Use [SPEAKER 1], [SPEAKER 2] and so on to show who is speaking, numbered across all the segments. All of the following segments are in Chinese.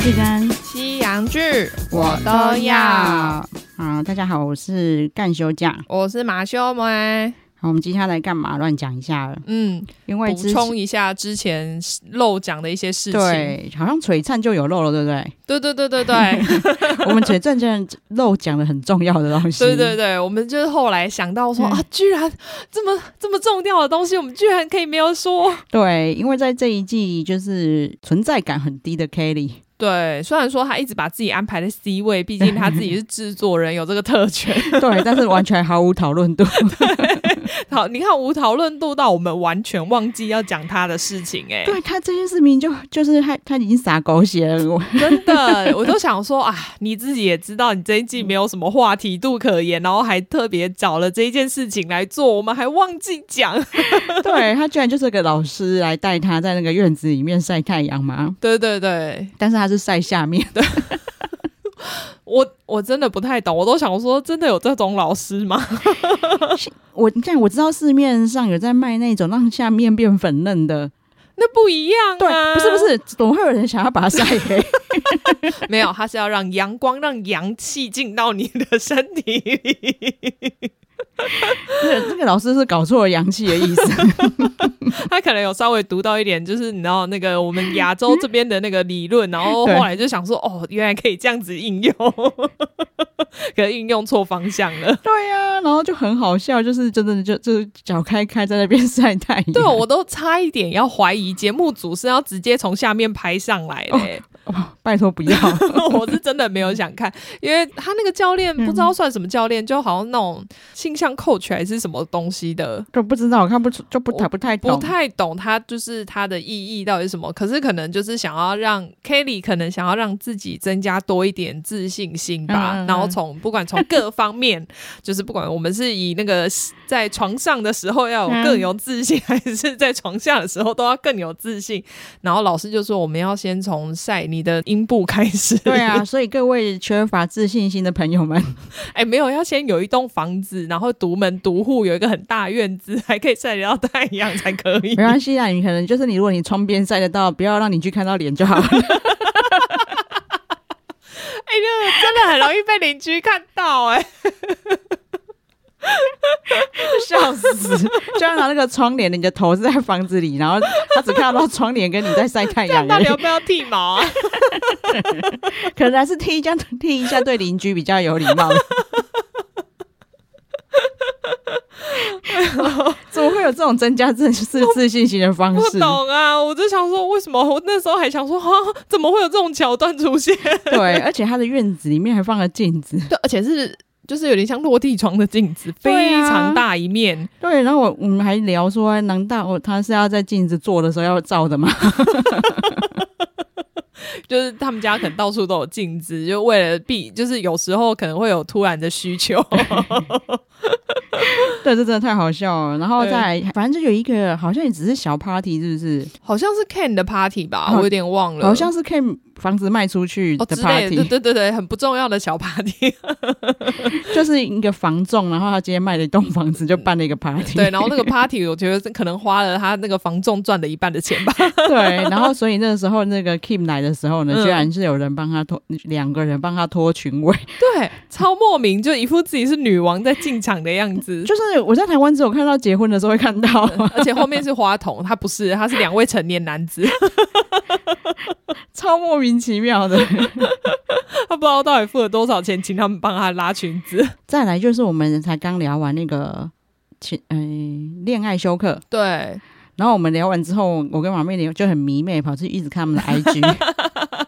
[SPEAKER 1] 剧跟
[SPEAKER 2] 西洋剧我
[SPEAKER 1] 都
[SPEAKER 2] 都
[SPEAKER 1] 要
[SPEAKER 2] 要。
[SPEAKER 1] 好，大家好，我是干休假。
[SPEAKER 2] 我是马修梅，
[SPEAKER 1] 好，我们接下来干嘛？乱讲一下了，
[SPEAKER 2] 嗯，
[SPEAKER 1] 因为
[SPEAKER 2] 补
[SPEAKER 1] 之前
[SPEAKER 2] 充一下之前漏讲的一些事情。
[SPEAKER 1] 对，好像璀璨就有漏了，对不对？
[SPEAKER 2] 对对对 对对
[SPEAKER 1] 我们璀璨真的漏讲了很重要的东西。
[SPEAKER 2] 对对对，我们就是后来想到说、
[SPEAKER 1] 嗯
[SPEAKER 2] 啊，居然这么这么重要的东西，我们居然可以没有说。
[SPEAKER 1] 对，因为在这一季就是存在感很低的 Kelly，
[SPEAKER 2] 对，虽然说他一直把自己安排在 C 位，毕竟他自己是制作人，有这个特权。
[SPEAKER 1] 对，但是完全毫无讨论度。
[SPEAKER 2] 好，你看无讨论度到我们完全忘记要讲他的事情、哎，
[SPEAKER 1] 对他这件事情就就是他他已经撒狗血了， 我
[SPEAKER 2] 真的，我都想说啊，你自己也知道，你这一季没有什么话题度可言，然后还特别找了这一件事情来做，我们还忘记讲。
[SPEAKER 1] 对他居然就是个老师来带他在那个院子里面晒太阳嘛，
[SPEAKER 2] 对对对，
[SPEAKER 1] 但是他是晒下面的，
[SPEAKER 2] 我我真的不太懂，我都想说，真的有这种老师吗？
[SPEAKER 1] 我你看我知道市面上有在卖那种让下面变粉嫩的，
[SPEAKER 2] 那不一样
[SPEAKER 1] 对，
[SPEAKER 2] 啊！
[SPEAKER 1] 不是不，是，怎么会有人想要把它晒黑？
[SPEAKER 2] 没有，他是要让阳光、让阳气进到你的身体 里，
[SPEAKER 1] 那个那个老师是搞错了阳气的意思，
[SPEAKER 2] 他可能有稍微读到一点，就是你知道那个我们亚洲这边的那个理论，然后后来就想说，哦，原来可以这样子应用， 可能应用错方向了。
[SPEAKER 1] 对呀、然后就很好笑，就是真的就就是脚开开在那边晒太阳，
[SPEAKER 2] 对，我都差一点要怀疑节目组是要直接从下面拍上来的、欸
[SPEAKER 1] 哇拜托不要，
[SPEAKER 2] 我是真的没有想看，因为他那个教练不知道算什么教练，就好像那种性向 coach 还是什么东西的，
[SPEAKER 1] 就不知道我看不出就不太不太懂，
[SPEAKER 2] 不太懂他就是他的意义到底是什么。可是可能就是想要让 Kelly 可能想要让自己增加多一点自信心吧，
[SPEAKER 1] 嗯嗯嗯
[SPEAKER 2] 然后从不管从各方面，就是不管我们是以那个在床上的时候要有更有自信，还是在床下的时候都要更有自信。然后老师就说我们要先从晒你的阴部开始，
[SPEAKER 1] 对啊，所以各位缺乏自信心的朋友们，
[SPEAKER 2] 哎、没有，要先有一栋房子，然后独门独户，有一个很大院子，还可以晒得到太阳才可以
[SPEAKER 1] 没。关系啊，你可能就是你，如果你窗边晒得到，不要让你去看到脸就好了。
[SPEAKER 2] 哎、那个真的很容易被邻居看到、哎，
[SPEAKER 1] 笑死！就要拿那个窗帘，你的头是在房子里，然后他只看得到窗帘跟你在晒太 阳
[SPEAKER 2] 到
[SPEAKER 1] 而
[SPEAKER 2] 底
[SPEAKER 1] 已
[SPEAKER 2] 要，不要剃 毛啊？
[SPEAKER 1] 可能还是剃一下剃一下，对邻居比较有礼 貌。怎么会有这种增加自自自信心的方
[SPEAKER 2] 不
[SPEAKER 1] 式？
[SPEAKER 2] 懂啊，我就想说，为什么我那时候还想说， 哈、怎么会有这种桥段出现？
[SPEAKER 1] 对，而且他的院子里面还放了镜子。
[SPEAKER 2] 对，而且是。就是有点像落地窗的镜子，非
[SPEAKER 1] 对啊
[SPEAKER 2] 常大一面。
[SPEAKER 1] 对，然后我我们还聊说，哎难道我他是要在镜子做的时候要照的吗？
[SPEAKER 2] 就是他们家可能到处都有镜子，就为了避，就是有时候可能会有突然的需 求。
[SPEAKER 1] 对，这真的太好笑了。然后
[SPEAKER 2] 对
[SPEAKER 1] 再来，反正就有一个，好像也只是小 party，是不是？
[SPEAKER 2] 好像是 Ken 的 party 吧，
[SPEAKER 1] 好
[SPEAKER 2] 我有点忘了，
[SPEAKER 1] 好像是可以房子卖出去
[SPEAKER 2] 哦
[SPEAKER 1] 的
[SPEAKER 2] 之类
[SPEAKER 1] party，、
[SPEAKER 2] 的，对对对对，很不重要的小 party，
[SPEAKER 1] 就是一个房仲，然后他今天卖了一栋房子，就办了一个 party。
[SPEAKER 2] 对，然后 那个 party 我觉得是可能花了他那个房仲赚的一半的钱吧，
[SPEAKER 1] 对，然后所以那个时候那个 Kim 来的时候呢，
[SPEAKER 2] 嗯
[SPEAKER 1] 居然是有人帮他脱，两个人帮他脱裙尾。
[SPEAKER 2] 对，超莫名，就一副自己是女王在进场的样 子，
[SPEAKER 1] 就是我在台湾只有看到结婚的时候会看到，啊
[SPEAKER 2] 而且后面是花童，他不是，他是两位成年男子，
[SPEAKER 1] 超莫名其妙的。
[SPEAKER 2] 他不知道到底付了多少钱，请他们帮他拉裙子，
[SPEAKER 1] 再来就是我们才刚聊完那个情，嗯、恋爱休克。
[SPEAKER 2] 对，
[SPEAKER 1] 然后我们聊完之后，我跟马妹聊就很迷妹，跑去一直看他们的 IG，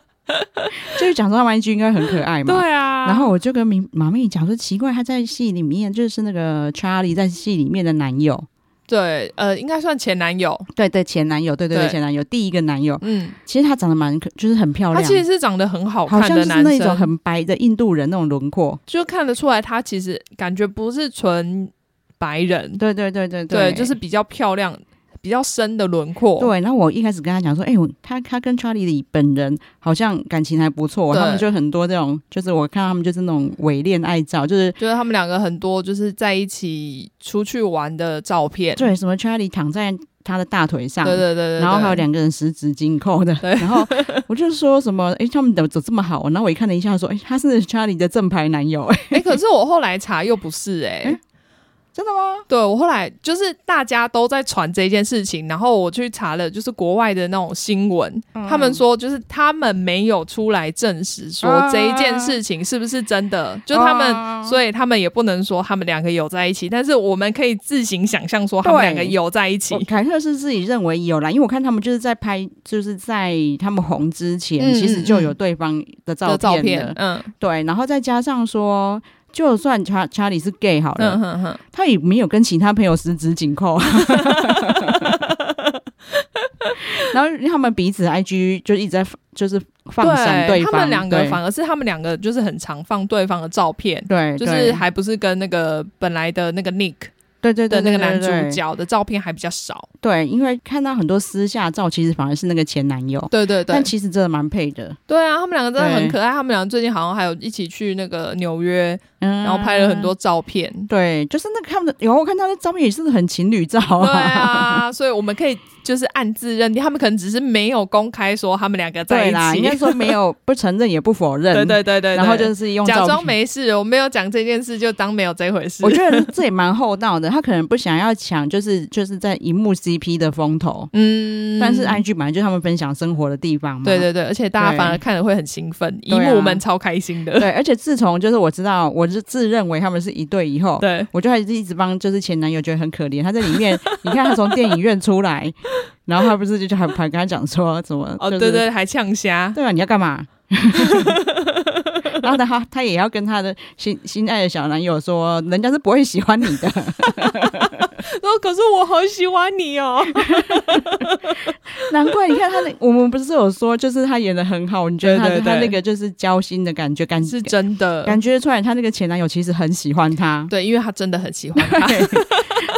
[SPEAKER 1] 就是讲说他们 IG 应该很可爱嘛。
[SPEAKER 2] 对啊，
[SPEAKER 1] 然后我就跟明马妹讲说，奇怪，他在戏里面就是那个查理在戏里面的男友，
[SPEAKER 2] 对，呃，应该算前男友，
[SPEAKER 1] 对对，前男友，对对对，
[SPEAKER 2] 对
[SPEAKER 1] 前男友，第一个男友，
[SPEAKER 2] 嗯，
[SPEAKER 1] 其实他长得蛮可，就是很漂
[SPEAKER 2] 他
[SPEAKER 1] 亮，
[SPEAKER 2] 其实是长得很好
[SPEAKER 1] 好
[SPEAKER 2] 看
[SPEAKER 1] 像
[SPEAKER 2] 的
[SPEAKER 1] 就是
[SPEAKER 2] 男
[SPEAKER 1] 那
[SPEAKER 2] 生
[SPEAKER 1] 种，很白的印度人那种轮廓，
[SPEAKER 2] 就看得出来他其实感觉不是纯白人，
[SPEAKER 1] 对对对对
[SPEAKER 2] 对，就是比较漂亮。比较深的轮廓。
[SPEAKER 1] 对，然后我一开始跟他讲说，哎、我他他跟 Charlie 里本人好像感情还不错，
[SPEAKER 2] 对
[SPEAKER 1] 他们就很多这种，就是我看他们就是那种伪恋爱照，就是
[SPEAKER 2] 就是他们两个很多就是在一起出去玩的照片，
[SPEAKER 1] 对什么 Charlie 躺在他的大腿上，
[SPEAKER 2] 对对对对，
[SPEAKER 1] 然后还有
[SPEAKER 2] 对
[SPEAKER 1] 两个人十指紧扣的，
[SPEAKER 2] 对
[SPEAKER 1] 然后我就说什么，哎、他们怎么走这么好？然后我一看了一下，说，哎、他是 Charlie 的正牌男友、哎，
[SPEAKER 2] 哎、可是我后来查又不是哎、
[SPEAKER 1] 诶欸真的吗？
[SPEAKER 2] 对我后来就是大家都在传这件事情，然后我去查了，就是国外的那种新闻，
[SPEAKER 1] 嗯
[SPEAKER 2] 他们说就是他们没有出来证实说
[SPEAKER 1] 啊
[SPEAKER 2] 这一件事情是不是真的， 就他们，
[SPEAKER 1] 啊
[SPEAKER 2] 所以他们也不能说他们两个有在一起，但是我们可以自行想象说他们
[SPEAKER 1] 对
[SPEAKER 2] 两个有在一起
[SPEAKER 1] 我。哦凯特是自己认为有啦，因为我看他们就是在拍，就是在他们红之前，
[SPEAKER 2] 嗯
[SPEAKER 1] 其实就有对方的照
[SPEAKER 2] 的照
[SPEAKER 1] 片
[SPEAKER 2] 片
[SPEAKER 1] 了。，
[SPEAKER 2] 嗯
[SPEAKER 1] 对，然后再加上说，就算查查理是 gay 好了，
[SPEAKER 2] 嗯哼哼，
[SPEAKER 1] 他也没有跟其他朋友十指紧 扣。 然后他们彼此 IG 就一直在放就是放闪
[SPEAKER 2] 对，
[SPEAKER 1] 方，
[SPEAKER 2] 他们两个
[SPEAKER 1] 对
[SPEAKER 2] 反而是他们两个就是很常放对方的照片，
[SPEAKER 1] 对，
[SPEAKER 2] 就是还不是跟那个本来的那个 Nick
[SPEAKER 1] 对对对
[SPEAKER 2] 的那个男主，
[SPEAKER 1] 对对对
[SPEAKER 2] 角的照片还比较少。
[SPEAKER 1] 对，因为看到很多私下照，其实反而是那个前男友，
[SPEAKER 2] 对对对
[SPEAKER 1] 但，其实真的蛮配的，
[SPEAKER 2] 对啊，他们两个真的很
[SPEAKER 1] 对
[SPEAKER 2] 可爱。他们两个最近好像还有一起去那个纽约，
[SPEAKER 1] 嗯，
[SPEAKER 2] 然后拍了很多照片。
[SPEAKER 1] 对，就是那个他们的，有我看他的照片也是很情侣照、
[SPEAKER 2] 对，啊，所以我们可以就是暗自认定，他们可能只是没有公开说他们两个啊在
[SPEAKER 1] 对
[SPEAKER 2] 一
[SPEAKER 1] 啦，
[SPEAKER 2] 起
[SPEAKER 1] 应。该说没有不承认也不否认，
[SPEAKER 2] 对对对对，
[SPEAKER 1] 然后
[SPEAKER 2] 对
[SPEAKER 1] 就是用
[SPEAKER 2] 假
[SPEAKER 1] 照
[SPEAKER 2] 装
[SPEAKER 1] 片。
[SPEAKER 2] 没事，我没有讲这件事，就当没有这回事
[SPEAKER 1] 我。觉得这也蛮厚道的，他可能不想要抢，就是就是在荧幕 CP 的风头，
[SPEAKER 2] 嗯，
[SPEAKER 1] 但是 IG 本来就是他们分享生活的地方嘛。
[SPEAKER 2] 对对对，而且大家
[SPEAKER 1] 对
[SPEAKER 2] 反而看了会很兴奋，一
[SPEAKER 1] 对啊
[SPEAKER 2] 幕们超开心的。
[SPEAKER 1] 对，而且自从就是我知道，我是自认为他们是一对以后，
[SPEAKER 2] 对，
[SPEAKER 1] 我就还是一直帮就是前男友觉得很可怜，他在里面，你看他从电影院出 来，然后他不是就就还还跟他讲说怎么、
[SPEAKER 2] 哦，
[SPEAKER 1] 就是
[SPEAKER 2] 对对，还呛虾。
[SPEAKER 1] 对啊，你要干 嘛？然后他他也要跟他的心心爱的小男友说，人家是不会喜欢你的。
[SPEAKER 2] 说可是我好喜欢你哦。
[SPEAKER 1] 难怪你看他那，我们不是有说，就是他演的很好，你觉得他
[SPEAKER 2] 对对对
[SPEAKER 1] 他那个就是交心的感觉，感
[SPEAKER 2] 是真的，
[SPEAKER 1] 感觉出来，他那个前男友其实很喜欢他，
[SPEAKER 2] 对，因为他真的很喜欢他，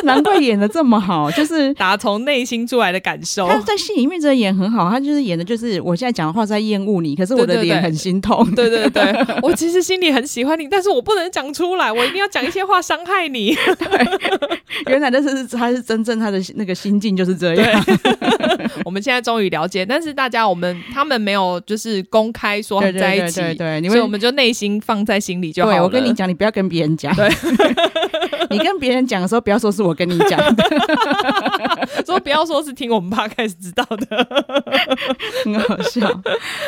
[SPEAKER 1] 难怪演的这么好，就是。
[SPEAKER 2] 打从内心出来的感受。
[SPEAKER 1] 他在戏里面真的演很好，他就是演的，就是我现在讲的话是在厌恶你，可是我
[SPEAKER 2] 对对
[SPEAKER 1] 的
[SPEAKER 2] 对
[SPEAKER 1] 脸很心痛。
[SPEAKER 2] 对对对，我其实心里很喜欢你，但是我不能讲出来，我一定要讲一些话伤害你。
[SPEAKER 1] 原来这是 他是真正他的那个心境就是这样。
[SPEAKER 2] 我们现在终于了解，但是大家我们他们没有就是公开说
[SPEAKER 1] 对对
[SPEAKER 2] 在一
[SPEAKER 1] 对
[SPEAKER 2] 起，
[SPEAKER 1] 对对，你
[SPEAKER 2] 所以
[SPEAKER 1] 会
[SPEAKER 2] 我们就内心放在心里就好了。
[SPEAKER 1] 对，我跟你讲，你不要跟别人讲。
[SPEAKER 2] 对，
[SPEAKER 1] 你跟别人讲的时候，不要说是我跟你讲的，
[SPEAKER 2] 说不要说是听我们 p 开始知道的，
[SPEAKER 1] 很好笑。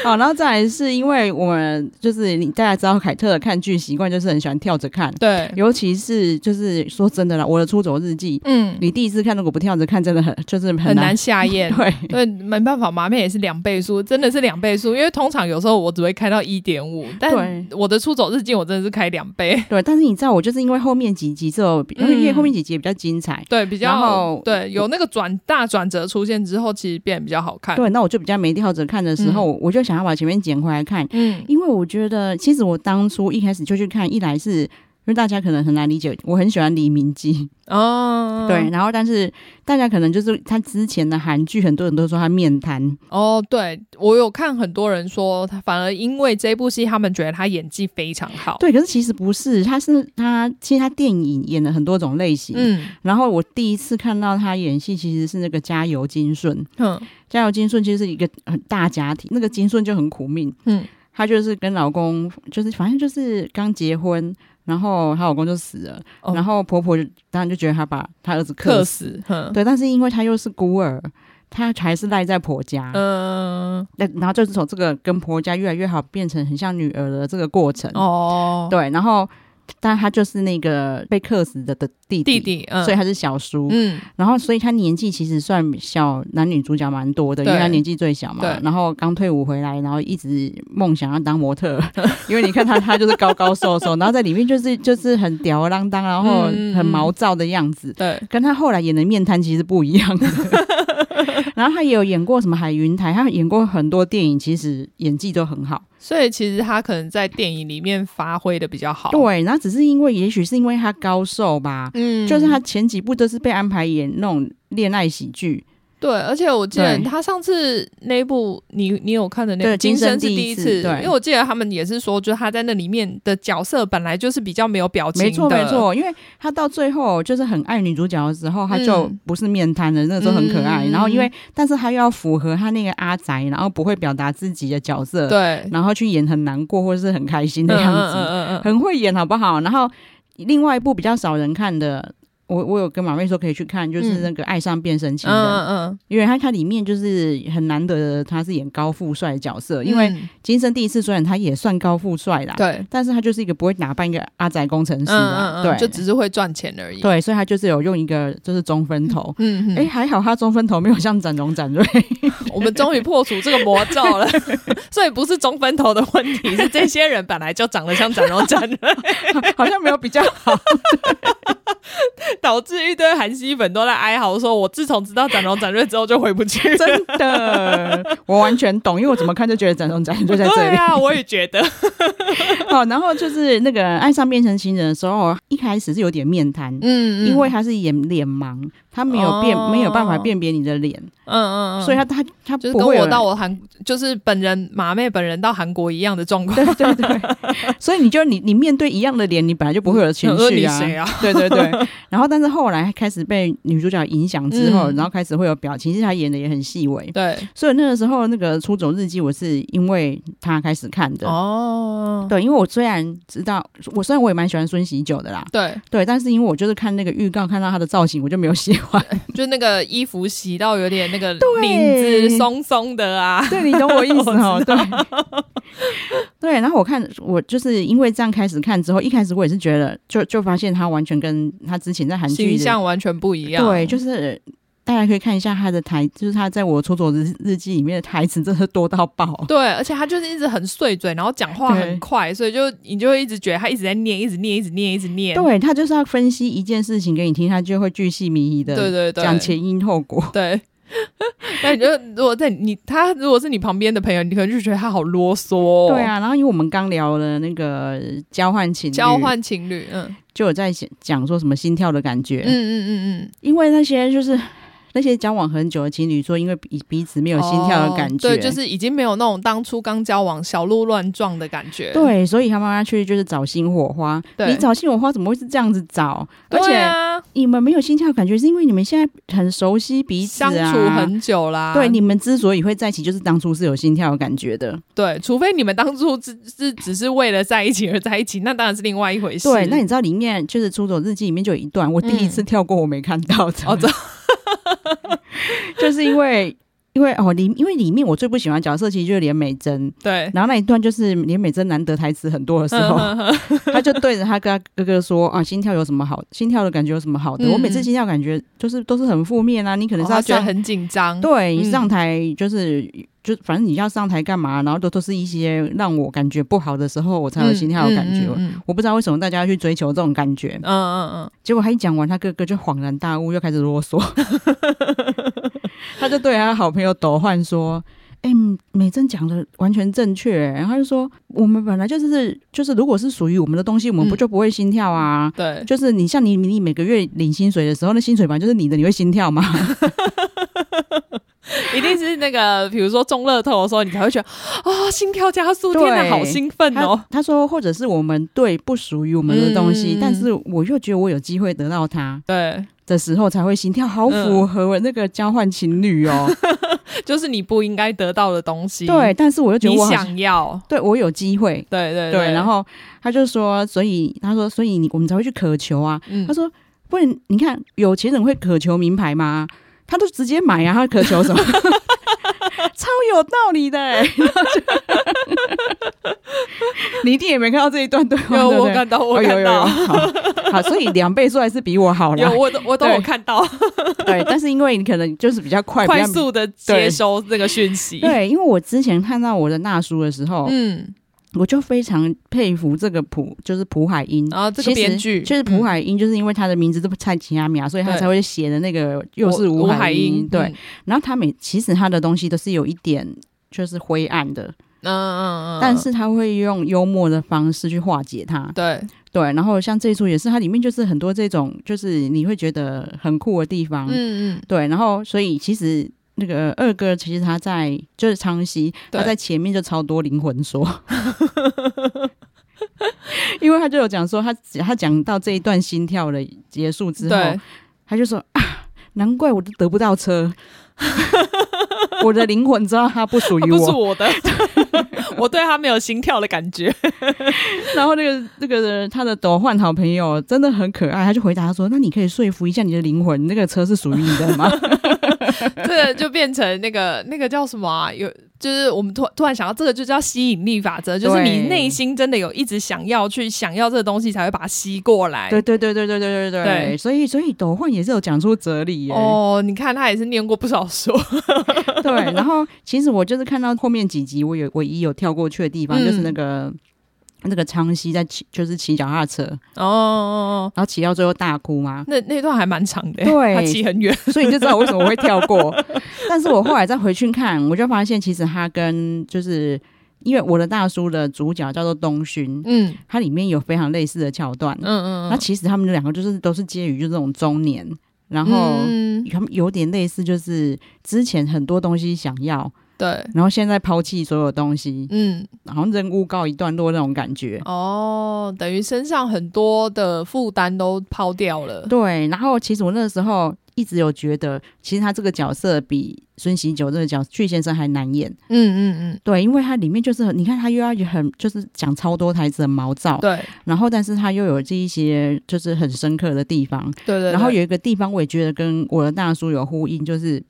[SPEAKER 1] 好，然后再来是因为我们就是你大家知道，凯特的看剧习惯就是很喜欢跳着看，
[SPEAKER 2] 对，
[SPEAKER 1] 尤其是就是说真的啦，我的出走日记，
[SPEAKER 2] 嗯，
[SPEAKER 1] 你第一次看如果不跳着看，真的很就是很
[SPEAKER 2] 很难下 咽。
[SPEAKER 1] 对。
[SPEAKER 2] 对，没办法，麻妹也是两倍速，真的是两倍速，因为通常有时候我只会开到一点五，但
[SPEAKER 1] 对
[SPEAKER 2] 我的出走日记我真的是开两倍，
[SPEAKER 1] 对，但是你知道，我就是因为后面几集之后，因为
[SPEAKER 2] 嗯
[SPEAKER 1] 后面几集也比较精彩，
[SPEAKER 2] 对，比
[SPEAKER 1] 然
[SPEAKER 2] 较
[SPEAKER 1] 后
[SPEAKER 2] 对，有那个转大转折出现之后，其实变得比较好看。
[SPEAKER 1] 对，那我就比较没跳着看的时候，我就想要把前面捡回来看，
[SPEAKER 2] 嗯，
[SPEAKER 1] 因为我觉得，其实我当初一开始就去看，一来是因为大家可能很难理解，我很喜欢黎明基，
[SPEAKER 2] 哦，
[SPEAKER 1] 对，，然后但是大家可能就是他之前的韩剧，很多人都说他面瘫，
[SPEAKER 2] 哦，对，我有看很多人说，他反而因为这部戏，他们觉得他演技非常好。
[SPEAKER 1] 对，可是其实不是，他是他其实他电影演了很多种类型，
[SPEAKER 2] 嗯
[SPEAKER 1] 然后我第一次看到他演戏，其实是那个《加油金顺》，《
[SPEAKER 2] 哼，
[SPEAKER 1] 加油金顺》其实是一个很大家庭，那个金顺就很苦命，
[SPEAKER 2] 嗯，
[SPEAKER 1] 她就是跟老公，就是反正就是刚结婚，然后她老公就死了，
[SPEAKER 2] 哦
[SPEAKER 1] 然后婆婆就当然就觉得她把她儿子克
[SPEAKER 2] 克
[SPEAKER 1] 死，
[SPEAKER 2] 死，哼，
[SPEAKER 1] 对，但是因为她又是孤儿，她还是赖在婆家，
[SPEAKER 2] 嗯，
[SPEAKER 1] 那、然后就是从这个跟婆家越来越好，变成很像女儿的这个过程，
[SPEAKER 2] 哦，
[SPEAKER 1] 对，然后但她就是那个被克死的的弟
[SPEAKER 2] 弟弟，嗯，
[SPEAKER 1] 所以她是小叔，
[SPEAKER 2] 嗯，
[SPEAKER 1] 然后所以她年纪其实算小，男女主角蛮多的，因
[SPEAKER 2] 对
[SPEAKER 1] 为她年纪最小嘛
[SPEAKER 2] 对。
[SPEAKER 1] 然后刚退伍回来，然后一直梦想要当模 特，因为你看她，她就是高高瘦瘦，然后在里面就是就是很吊儿郎当，然后
[SPEAKER 2] 嗯嗯
[SPEAKER 1] 很毛躁的样子，
[SPEAKER 2] 对，
[SPEAKER 1] 跟她后来演的面瘫其实不一 样的。然后她也有演过什么海云台，她演过很多电影，其实演技都很好。
[SPEAKER 2] 所以其实他可能在电影里面发挥的比较好。，
[SPEAKER 1] 对，然后只是因为也许是因为她高瘦吧，
[SPEAKER 2] 嗯
[SPEAKER 1] 就是他前几部都是被安排演那种恋爱喜剧，
[SPEAKER 2] 对，而且我记得
[SPEAKER 1] 对
[SPEAKER 2] 他上次那一部你你有看的那
[SPEAKER 1] 对
[SPEAKER 2] 《今
[SPEAKER 1] 今生
[SPEAKER 2] 是
[SPEAKER 1] 第
[SPEAKER 2] 第
[SPEAKER 1] 一
[SPEAKER 2] 一
[SPEAKER 1] 次
[SPEAKER 2] 次》，
[SPEAKER 1] 对
[SPEAKER 2] 因为我记得他们也是说，就是他在那里面的角色本来就是比较没有表情的，
[SPEAKER 1] 没错没，错，因为他到最后就是很爱女主角的时候，他就
[SPEAKER 2] 嗯
[SPEAKER 1] 不是面瘫了，那个时候很可爱。
[SPEAKER 2] 嗯
[SPEAKER 1] 然后因为，但是他又要符合他那个阿宅，然后不会表达自己的角色，
[SPEAKER 2] 对，
[SPEAKER 1] 然后去演很难过或者是很开心
[SPEAKER 2] 嗯
[SPEAKER 1] 的样
[SPEAKER 2] 嗯
[SPEAKER 1] 子，
[SPEAKER 2] 嗯嗯嗯，
[SPEAKER 1] 很会演好不好？然后另外一部比较少人看的。我我有跟马妹说可以去看，就是
[SPEAKER 2] 嗯
[SPEAKER 1] 那个《爱上变身情
[SPEAKER 2] 嗯
[SPEAKER 1] 人》
[SPEAKER 2] 嗯嗯，
[SPEAKER 1] 因为他他里面就是很难得的，他是演高富帅的角色。因为
[SPEAKER 2] 嗯
[SPEAKER 1] 金生第一次虽然他也算高富帅啦，
[SPEAKER 2] 对，
[SPEAKER 1] 但是他就是一个不会打扮一个阿宅工程
[SPEAKER 2] 嗯
[SPEAKER 1] 师啊，
[SPEAKER 2] 嗯嗯，
[SPEAKER 1] 对，
[SPEAKER 2] 就只是会赚钱而已，，
[SPEAKER 1] 对，所以他就是有用一个就是中分头。
[SPEAKER 2] 嗯嗯
[SPEAKER 1] 哎、还好他中分头没有像展荣展瑞，
[SPEAKER 2] 我们终于破除这个魔咒了，所以不是中分头的问题，是这些人本来就长得像展荣展瑞，
[SPEAKER 1] 好像没有比较好。
[SPEAKER 2] 导致一堆韩系粉都在哀嚎说：“我自从知道展荣展瑞之后就回不去了。”
[SPEAKER 1] 真 的，我完全懂，因为我怎么看就觉得展荣展瑞就在这
[SPEAKER 2] 对
[SPEAKER 1] 里。
[SPEAKER 2] 啊，我也觉得，
[SPEAKER 1] 哦，然后就是那个爱上变成情人的时候，哦一开始是有点面瘫。
[SPEAKER 2] 嗯
[SPEAKER 1] 因为他是演脸盲，他没有辨、
[SPEAKER 2] 哦
[SPEAKER 1] 没有办法辨别你的脸，
[SPEAKER 2] 嗯嗯嗯，
[SPEAKER 1] 所以他他他
[SPEAKER 2] 就是
[SPEAKER 1] 不
[SPEAKER 2] 跟
[SPEAKER 1] 会有
[SPEAKER 2] 我
[SPEAKER 1] 人
[SPEAKER 2] 到我韩，就是本人马妹本人到韩国一样的状况。
[SPEAKER 1] 对 对对， 所以你就你你面对一样的脸，你本来就不会有情
[SPEAKER 2] 想说
[SPEAKER 1] 绪
[SPEAKER 2] 你
[SPEAKER 1] 啊。
[SPEAKER 2] 谁啊？
[SPEAKER 1] 对对对， 然后但是后来开始被女主角影响之后，
[SPEAKER 2] 嗯
[SPEAKER 1] 然后开始会有表情，其实她演的也很细微。
[SPEAKER 2] 对，
[SPEAKER 1] 所以那个时候那个《出走日记》，我是因为她开始看的。
[SPEAKER 2] 哦，
[SPEAKER 1] 对，因为我虽然知道，我虽然我也蛮喜欢孙喜九的啦，
[SPEAKER 2] 对，
[SPEAKER 1] 对，但是因为我就是看那个预告，看到她的造型，我就没有喜欢。
[SPEAKER 2] 就那个衣服洗到有点那个领子松松的啊。
[SPEAKER 1] 对，你懂我意思
[SPEAKER 2] 我
[SPEAKER 1] 哦。对，对。然后我看，我就是因为这样开始看之后，一开始我也是觉得，就就发现他完全跟他之前在韩剧
[SPEAKER 2] 形
[SPEAKER 1] 里
[SPEAKER 2] 象完全不一样，
[SPEAKER 1] 对，就是大家可以看一下他的台，就是他在我出走日日记里面的台词，真的是多到爆。
[SPEAKER 2] 对，而且他就是一直很碎嘴，然后讲话
[SPEAKER 1] 对
[SPEAKER 2] 很快，所以就你就会一直觉得他一直在念，一直念，一直念，一直念。
[SPEAKER 1] 对他就是要分析一件事情给你听，他就会巨细靡遗
[SPEAKER 2] 对
[SPEAKER 1] 的
[SPEAKER 2] 对对，
[SPEAKER 1] 讲前因后果。
[SPEAKER 2] 对。 那你就如果在你他如果是你旁边的朋友，你可能就觉得他好啰嗦、哦。
[SPEAKER 1] 对，啊，然后因为我们刚聊了那个交换情侣，
[SPEAKER 2] 交换情侣，嗯
[SPEAKER 1] 就有在讲讲说什么心跳的感觉，
[SPEAKER 2] 嗯嗯嗯
[SPEAKER 1] 因为那些就是那些交往很久的情侣说，因为彼彼此没
[SPEAKER 2] 嗯，
[SPEAKER 1] 有心跳的感觉，
[SPEAKER 2] 哦对，就是已经没有那种当初刚交往小鹿乱撞的感觉。
[SPEAKER 1] 对所以他妈妈去就是找新火花。
[SPEAKER 2] 对
[SPEAKER 1] 你找新火花怎么会是这样子找？而
[SPEAKER 2] 对
[SPEAKER 1] 且
[SPEAKER 2] 啊，
[SPEAKER 1] 你们没有心跳的感觉，是因为你们现在很熟悉彼此、啊，
[SPEAKER 2] 相处很久啦，
[SPEAKER 1] 对，你们之所以会在一起，就是当初是有心跳的感觉的。
[SPEAKER 2] 对，除非你们当初只是只是为了在一起而在一起，那当然是另外一回事。
[SPEAKER 1] 对，那你知道里面就是《出走日记》里面就有一段，我第一次跳过，我没看到的。
[SPEAKER 2] 哦这
[SPEAKER 1] 就是因为因为哦里因为里面我最不喜欢的角色其实就是连美珍，
[SPEAKER 2] 对，
[SPEAKER 1] 然后那一段就是连美珍难得台词很多的时候，
[SPEAKER 2] 嗯嗯嗯
[SPEAKER 1] 他就对着他跟他哥哥说啊，心跳有什么好？心跳的感觉有什么好的？
[SPEAKER 2] 嗯
[SPEAKER 1] 我每次心跳感觉就是都是很负面啊，你可能
[SPEAKER 2] 哦
[SPEAKER 1] 是要
[SPEAKER 2] 他觉得
[SPEAKER 1] 上、
[SPEAKER 2] 很紧张。
[SPEAKER 1] 对
[SPEAKER 2] 嗯
[SPEAKER 1] 你上台就是。就反正你要上台干嘛，然后都都是一些让我感觉不好的时候，我才有心跳的感觉。
[SPEAKER 2] 嗯
[SPEAKER 1] 我不知道为什么大家要去追求这种感觉
[SPEAKER 2] 嗯嗯。嗯嗯
[SPEAKER 1] 结果他一讲完，他哥哥就恍然大悟，又开始啰嗦。 他就对他的好朋友斗焕说：“哎、美珍讲的完全正确、然后他就说：“我们本来就是就是，如果是属于我们的东西，我们不
[SPEAKER 2] 嗯
[SPEAKER 1] 就不会心跳啊？
[SPEAKER 2] 对，
[SPEAKER 1] 就是你像你你每个月领薪水的时候，那薪水本来就是你的，你会心跳吗？
[SPEAKER 2] 一定是那个，比如说中乐透的时候，你才会觉得啊、心跳加速，天哪，
[SPEAKER 1] 对
[SPEAKER 2] 好兴奋哦！
[SPEAKER 1] 他他说，或者是我们对不属于我们的东西，
[SPEAKER 2] 嗯
[SPEAKER 1] 但是我又觉得我有机会得到它
[SPEAKER 2] 对，
[SPEAKER 1] 的时候才会心跳，好符合我那个交换情侣哦。
[SPEAKER 2] 就是你不应该得到的东西，
[SPEAKER 1] 对，，但是我又觉得
[SPEAKER 2] 你
[SPEAKER 1] 我好像
[SPEAKER 2] 嗯想要，
[SPEAKER 1] 对我有机会，
[SPEAKER 2] 对对
[SPEAKER 1] 对，然后他就说，所以他说，所以你我们才会去渴求啊。
[SPEAKER 2] 嗯
[SPEAKER 1] 他，说，不然你看有钱人会渴求名牌吗？他都直接买啊，他渴求 什么？超有道理的、欸，然 后就你一定也没看到这一段对话，
[SPEAKER 2] 有
[SPEAKER 1] 对不
[SPEAKER 2] 我
[SPEAKER 1] 对
[SPEAKER 2] 看到，我
[SPEAKER 1] 哦有
[SPEAKER 2] 看
[SPEAKER 1] 有有，
[SPEAKER 2] 到，
[SPEAKER 1] 好，好所以两倍数还是比我好
[SPEAKER 2] 有
[SPEAKER 1] 了。
[SPEAKER 2] 我都我都
[SPEAKER 1] 对
[SPEAKER 2] 有看到，
[SPEAKER 1] 对，但是因为你可能就是比较快，比
[SPEAKER 2] 快
[SPEAKER 1] 较
[SPEAKER 2] 速的接
[SPEAKER 1] 对
[SPEAKER 2] 收这个讯息，
[SPEAKER 1] 对，因为我之前看到我的大叔的时候，
[SPEAKER 2] 嗯，
[SPEAKER 1] 我就非常佩服这个朴，就是朴海英
[SPEAKER 2] 然后哦这个编剧嗯
[SPEAKER 1] 就是朴海英，就是因为他的名字都不蔡奇亚米亚，所以他
[SPEAKER 2] 对
[SPEAKER 1] 才会写的那个又是
[SPEAKER 2] 吴
[SPEAKER 1] 吴
[SPEAKER 2] 海
[SPEAKER 1] 海
[SPEAKER 2] 英，
[SPEAKER 1] 英。对，
[SPEAKER 2] 嗯，
[SPEAKER 1] 然后他每其实他的东西都是有一点就是灰暗的，
[SPEAKER 2] 嗯嗯嗯，
[SPEAKER 1] 但是他会用幽默的方式去化解它。
[SPEAKER 2] 对，
[SPEAKER 1] 对，然后像这一出也是，它里面就是很多这种，就是你会觉得很酷的地方。
[SPEAKER 2] 嗯嗯，
[SPEAKER 1] 对，然后所以其实那个二哥其实他在就是昌熙，
[SPEAKER 2] 对
[SPEAKER 1] 他在前面就超多灵魂说， 因为他就有讲说他只他讲到这一段心跳的结束之后，
[SPEAKER 2] 嗯对，
[SPEAKER 1] 他就说啊，难怪我都得不到车， 我的灵魂知道它不属
[SPEAKER 2] 他
[SPEAKER 1] 于
[SPEAKER 2] 啊不是
[SPEAKER 1] 我。
[SPEAKER 2] 我的， 我对他没有心跳的感觉。
[SPEAKER 1] 然后那个那个他的斗焕好朋友真的很可爱，他就回答他说，那你可以说服一下你的灵魂，那个车是属于你的吗？
[SPEAKER 2] 这个就变成那个那个叫什么啊？有就是我们突突然想到，这个就叫吸引力法则，就是
[SPEAKER 1] 对
[SPEAKER 2] 你内心真的有一直想要去想要这个东西，才会把它吸过 来。
[SPEAKER 1] 对对对对对对对
[SPEAKER 2] 对
[SPEAKER 1] 所以所以斗焕也是有讲出哲理耶。
[SPEAKER 2] 哦，你看他也是念过不少 书，
[SPEAKER 1] 对，然后其实我就是看到后面几集，我有唯一有跳过去的地方、
[SPEAKER 2] 嗯
[SPEAKER 1] 就是那个。那个昌熙在骑，就是骑脚踏车，然
[SPEAKER 2] 哦哦，哦
[SPEAKER 1] 后骑到最后大哭嘛，
[SPEAKER 2] 那那段还蛮长的，
[SPEAKER 1] 对
[SPEAKER 2] 他骑很远，
[SPEAKER 1] 所以你就知道我为什么会跳 过。但是我后来再回去看，我就发现其实他跟就是因为我的大叔的主角叫做东勋，
[SPEAKER 2] 嗯
[SPEAKER 1] 它里面有非常类似的桥段。
[SPEAKER 2] 嗯嗯，
[SPEAKER 1] 那其实他们两个就是都是介于就这种中年，然后
[SPEAKER 2] 嗯
[SPEAKER 1] 他们有点类似，就是之前很多东西想要，
[SPEAKER 2] 对，
[SPEAKER 1] 然后现在抛弃所有东西，
[SPEAKER 2] 嗯
[SPEAKER 1] 好像任务告一段落那种感觉。
[SPEAKER 2] 哦，等于身上很多的负担都抛掉了，
[SPEAKER 1] 对，然后其实我那时候一直有觉得，其实他这个角色比孙喜九这个角巨先生还难演。
[SPEAKER 2] 嗯嗯
[SPEAKER 1] 对，因为他里面就是很你看他又要很就是讲超多台词很毛躁
[SPEAKER 2] 嗯，，对
[SPEAKER 1] 然后但是他又有这一些就是很深刻的地方。
[SPEAKER 2] 对对，
[SPEAKER 1] 然后
[SPEAKER 2] 对
[SPEAKER 1] 有一个地方我也觉得跟我的大叔有呼应，就是。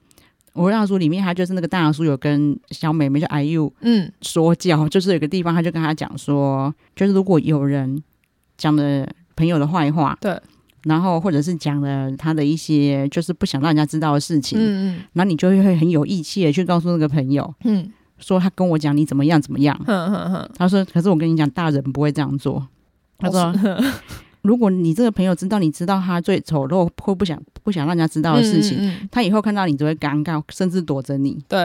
[SPEAKER 1] 我的大叔里面，他就是那个大叔有跟小妹妹就 IU
[SPEAKER 2] 嗯
[SPEAKER 1] 说教，就是有个地方，他就跟他讲说，就是如果有人讲了朋友的坏话，
[SPEAKER 2] 对，
[SPEAKER 1] 然后或者是讲了他的一些就是不想让人家知道的事情，
[SPEAKER 2] 嗯
[SPEAKER 1] 然后你就会很有义气的去告诉那个朋友，
[SPEAKER 2] 嗯嗯
[SPEAKER 1] 说他跟我讲你怎么样怎么样，
[SPEAKER 2] 哼哼哼，
[SPEAKER 1] 他说：“可是我跟你讲，大人不会这样做。”他说
[SPEAKER 2] 哦是：“
[SPEAKER 1] 如果你这个朋友知道你知道他最丑陋或不想不想让人家知道的事情，
[SPEAKER 2] 嗯嗯嗯
[SPEAKER 1] 他以后看到你就会尴尬，甚至躲着你。
[SPEAKER 2] 对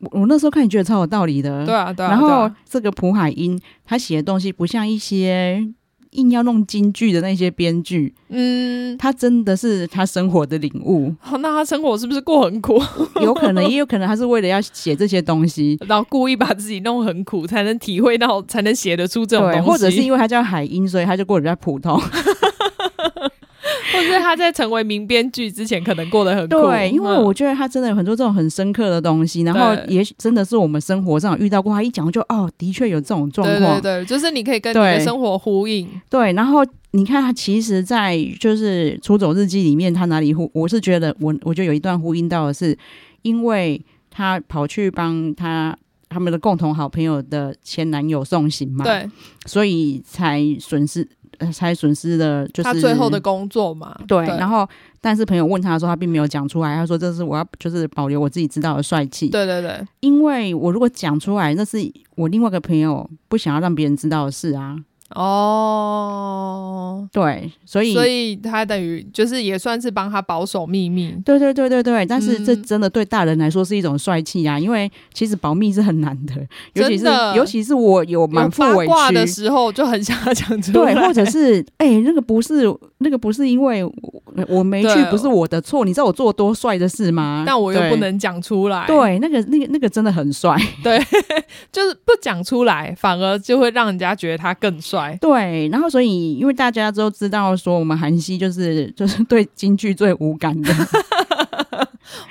[SPEAKER 1] 我”我那时候看你觉得超有道理的。
[SPEAKER 2] 对啊对
[SPEAKER 1] 嗯
[SPEAKER 2] 啊，
[SPEAKER 1] 然
[SPEAKER 2] 对
[SPEAKER 1] 后
[SPEAKER 2] 啊
[SPEAKER 1] 这个蒲海英他写的东西不像一些硬要弄京剧的那些编剧，
[SPEAKER 2] 嗯。，
[SPEAKER 1] 他真的是他生活的领悟
[SPEAKER 2] 好那他生活是不是过很苦？
[SPEAKER 1] 有可能也有可能他是为了要写这些东西。
[SPEAKER 2] 然后故意把自己弄很苦，才能体会到，才能写得出 这种东
[SPEAKER 1] 对，
[SPEAKER 2] 西，
[SPEAKER 1] 或者是因为他叫海英，所以他就过得比较普通。
[SPEAKER 2] 或者是他在成为名编剧之前，可能过得很苦。
[SPEAKER 1] 对，因为
[SPEAKER 2] 嗯
[SPEAKER 1] 我觉得他真的有很多这种很深刻的东西，然后
[SPEAKER 2] 对
[SPEAKER 1] 也许真的是我们生活上有遇到过，他一讲就哦，的确有这种状
[SPEAKER 2] 对
[SPEAKER 1] 况。
[SPEAKER 2] 对对，就是你可以跟你的
[SPEAKER 1] 对
[SPEAKER 2] 生活呼应。
[SPEAKER 1] 对然后你看他其实，在就是《出走日记》里面，他哪里呼？我是觉得我我觉得有一段呼应到的是，因为他跑去帮他。他们的共同好朋友的前男友送行嘛，，
[SPEAKER 2] 对
[SPEAKER 1] 所以才损失，呃、才损失了，就是
[SPEAKER 2] 他最后的工作嘛，
[SPEAKER 1] 对，然后但是朋友问他的时候，他并没有讲出来，他说这是我要就是保留我自己知道的帅气，
[SPEAKER 2] 对对对，
[SPEAKER 1] 因为我如果讲出来，那是我另外一个朋友不想要让别人知道的事啊，
[SPEAKER 2] 哦，
[SPEAKER 1] 对，所以
[SPEAKER 2] 所以他等于就是也算是帮他保守秘密。
[SPEAKER 1] 对对对对对，但是这
[SPEAKER 2] 嗯
[SPEAKER 1] 真的对大人来说是一种帅气啊，因为其实保密是很难的，尤其是
[SPEAKER 2] 真的
[SPEAKER 1] 尤其是我有满
[SPEAKER 2] 有
[SPEAKER 1] 腹
[SPEAKER 2] 八
[SPEAKER 1] 委
[SPEAKER 2] 卦的
[SPEAKER 1] 屈。
[SPEAKER 2] 时候就很想要讲出来，
[SPEAKER 1] 对，或者是 哎、那个不是那个不是因为我我没去
[SPEAKER 2] 对，
[SPEAKER 1] 不是我的错，你知道我做多帅的事吗？
[SPEAKER 2] 但我又
[SPEAKER 1] 对
[SPEAKER 2] 不能讲出来，，
[SPEAKER 1] 对，那个那个那个真的很 帅，
[SPEAKER 2] 就是不讲出来，反而就会让人家觉得他 更帅。
[SPEAKER 1] 对，然后所以因为大家都知道说我们韩熙就是 就是对京剧最无感的，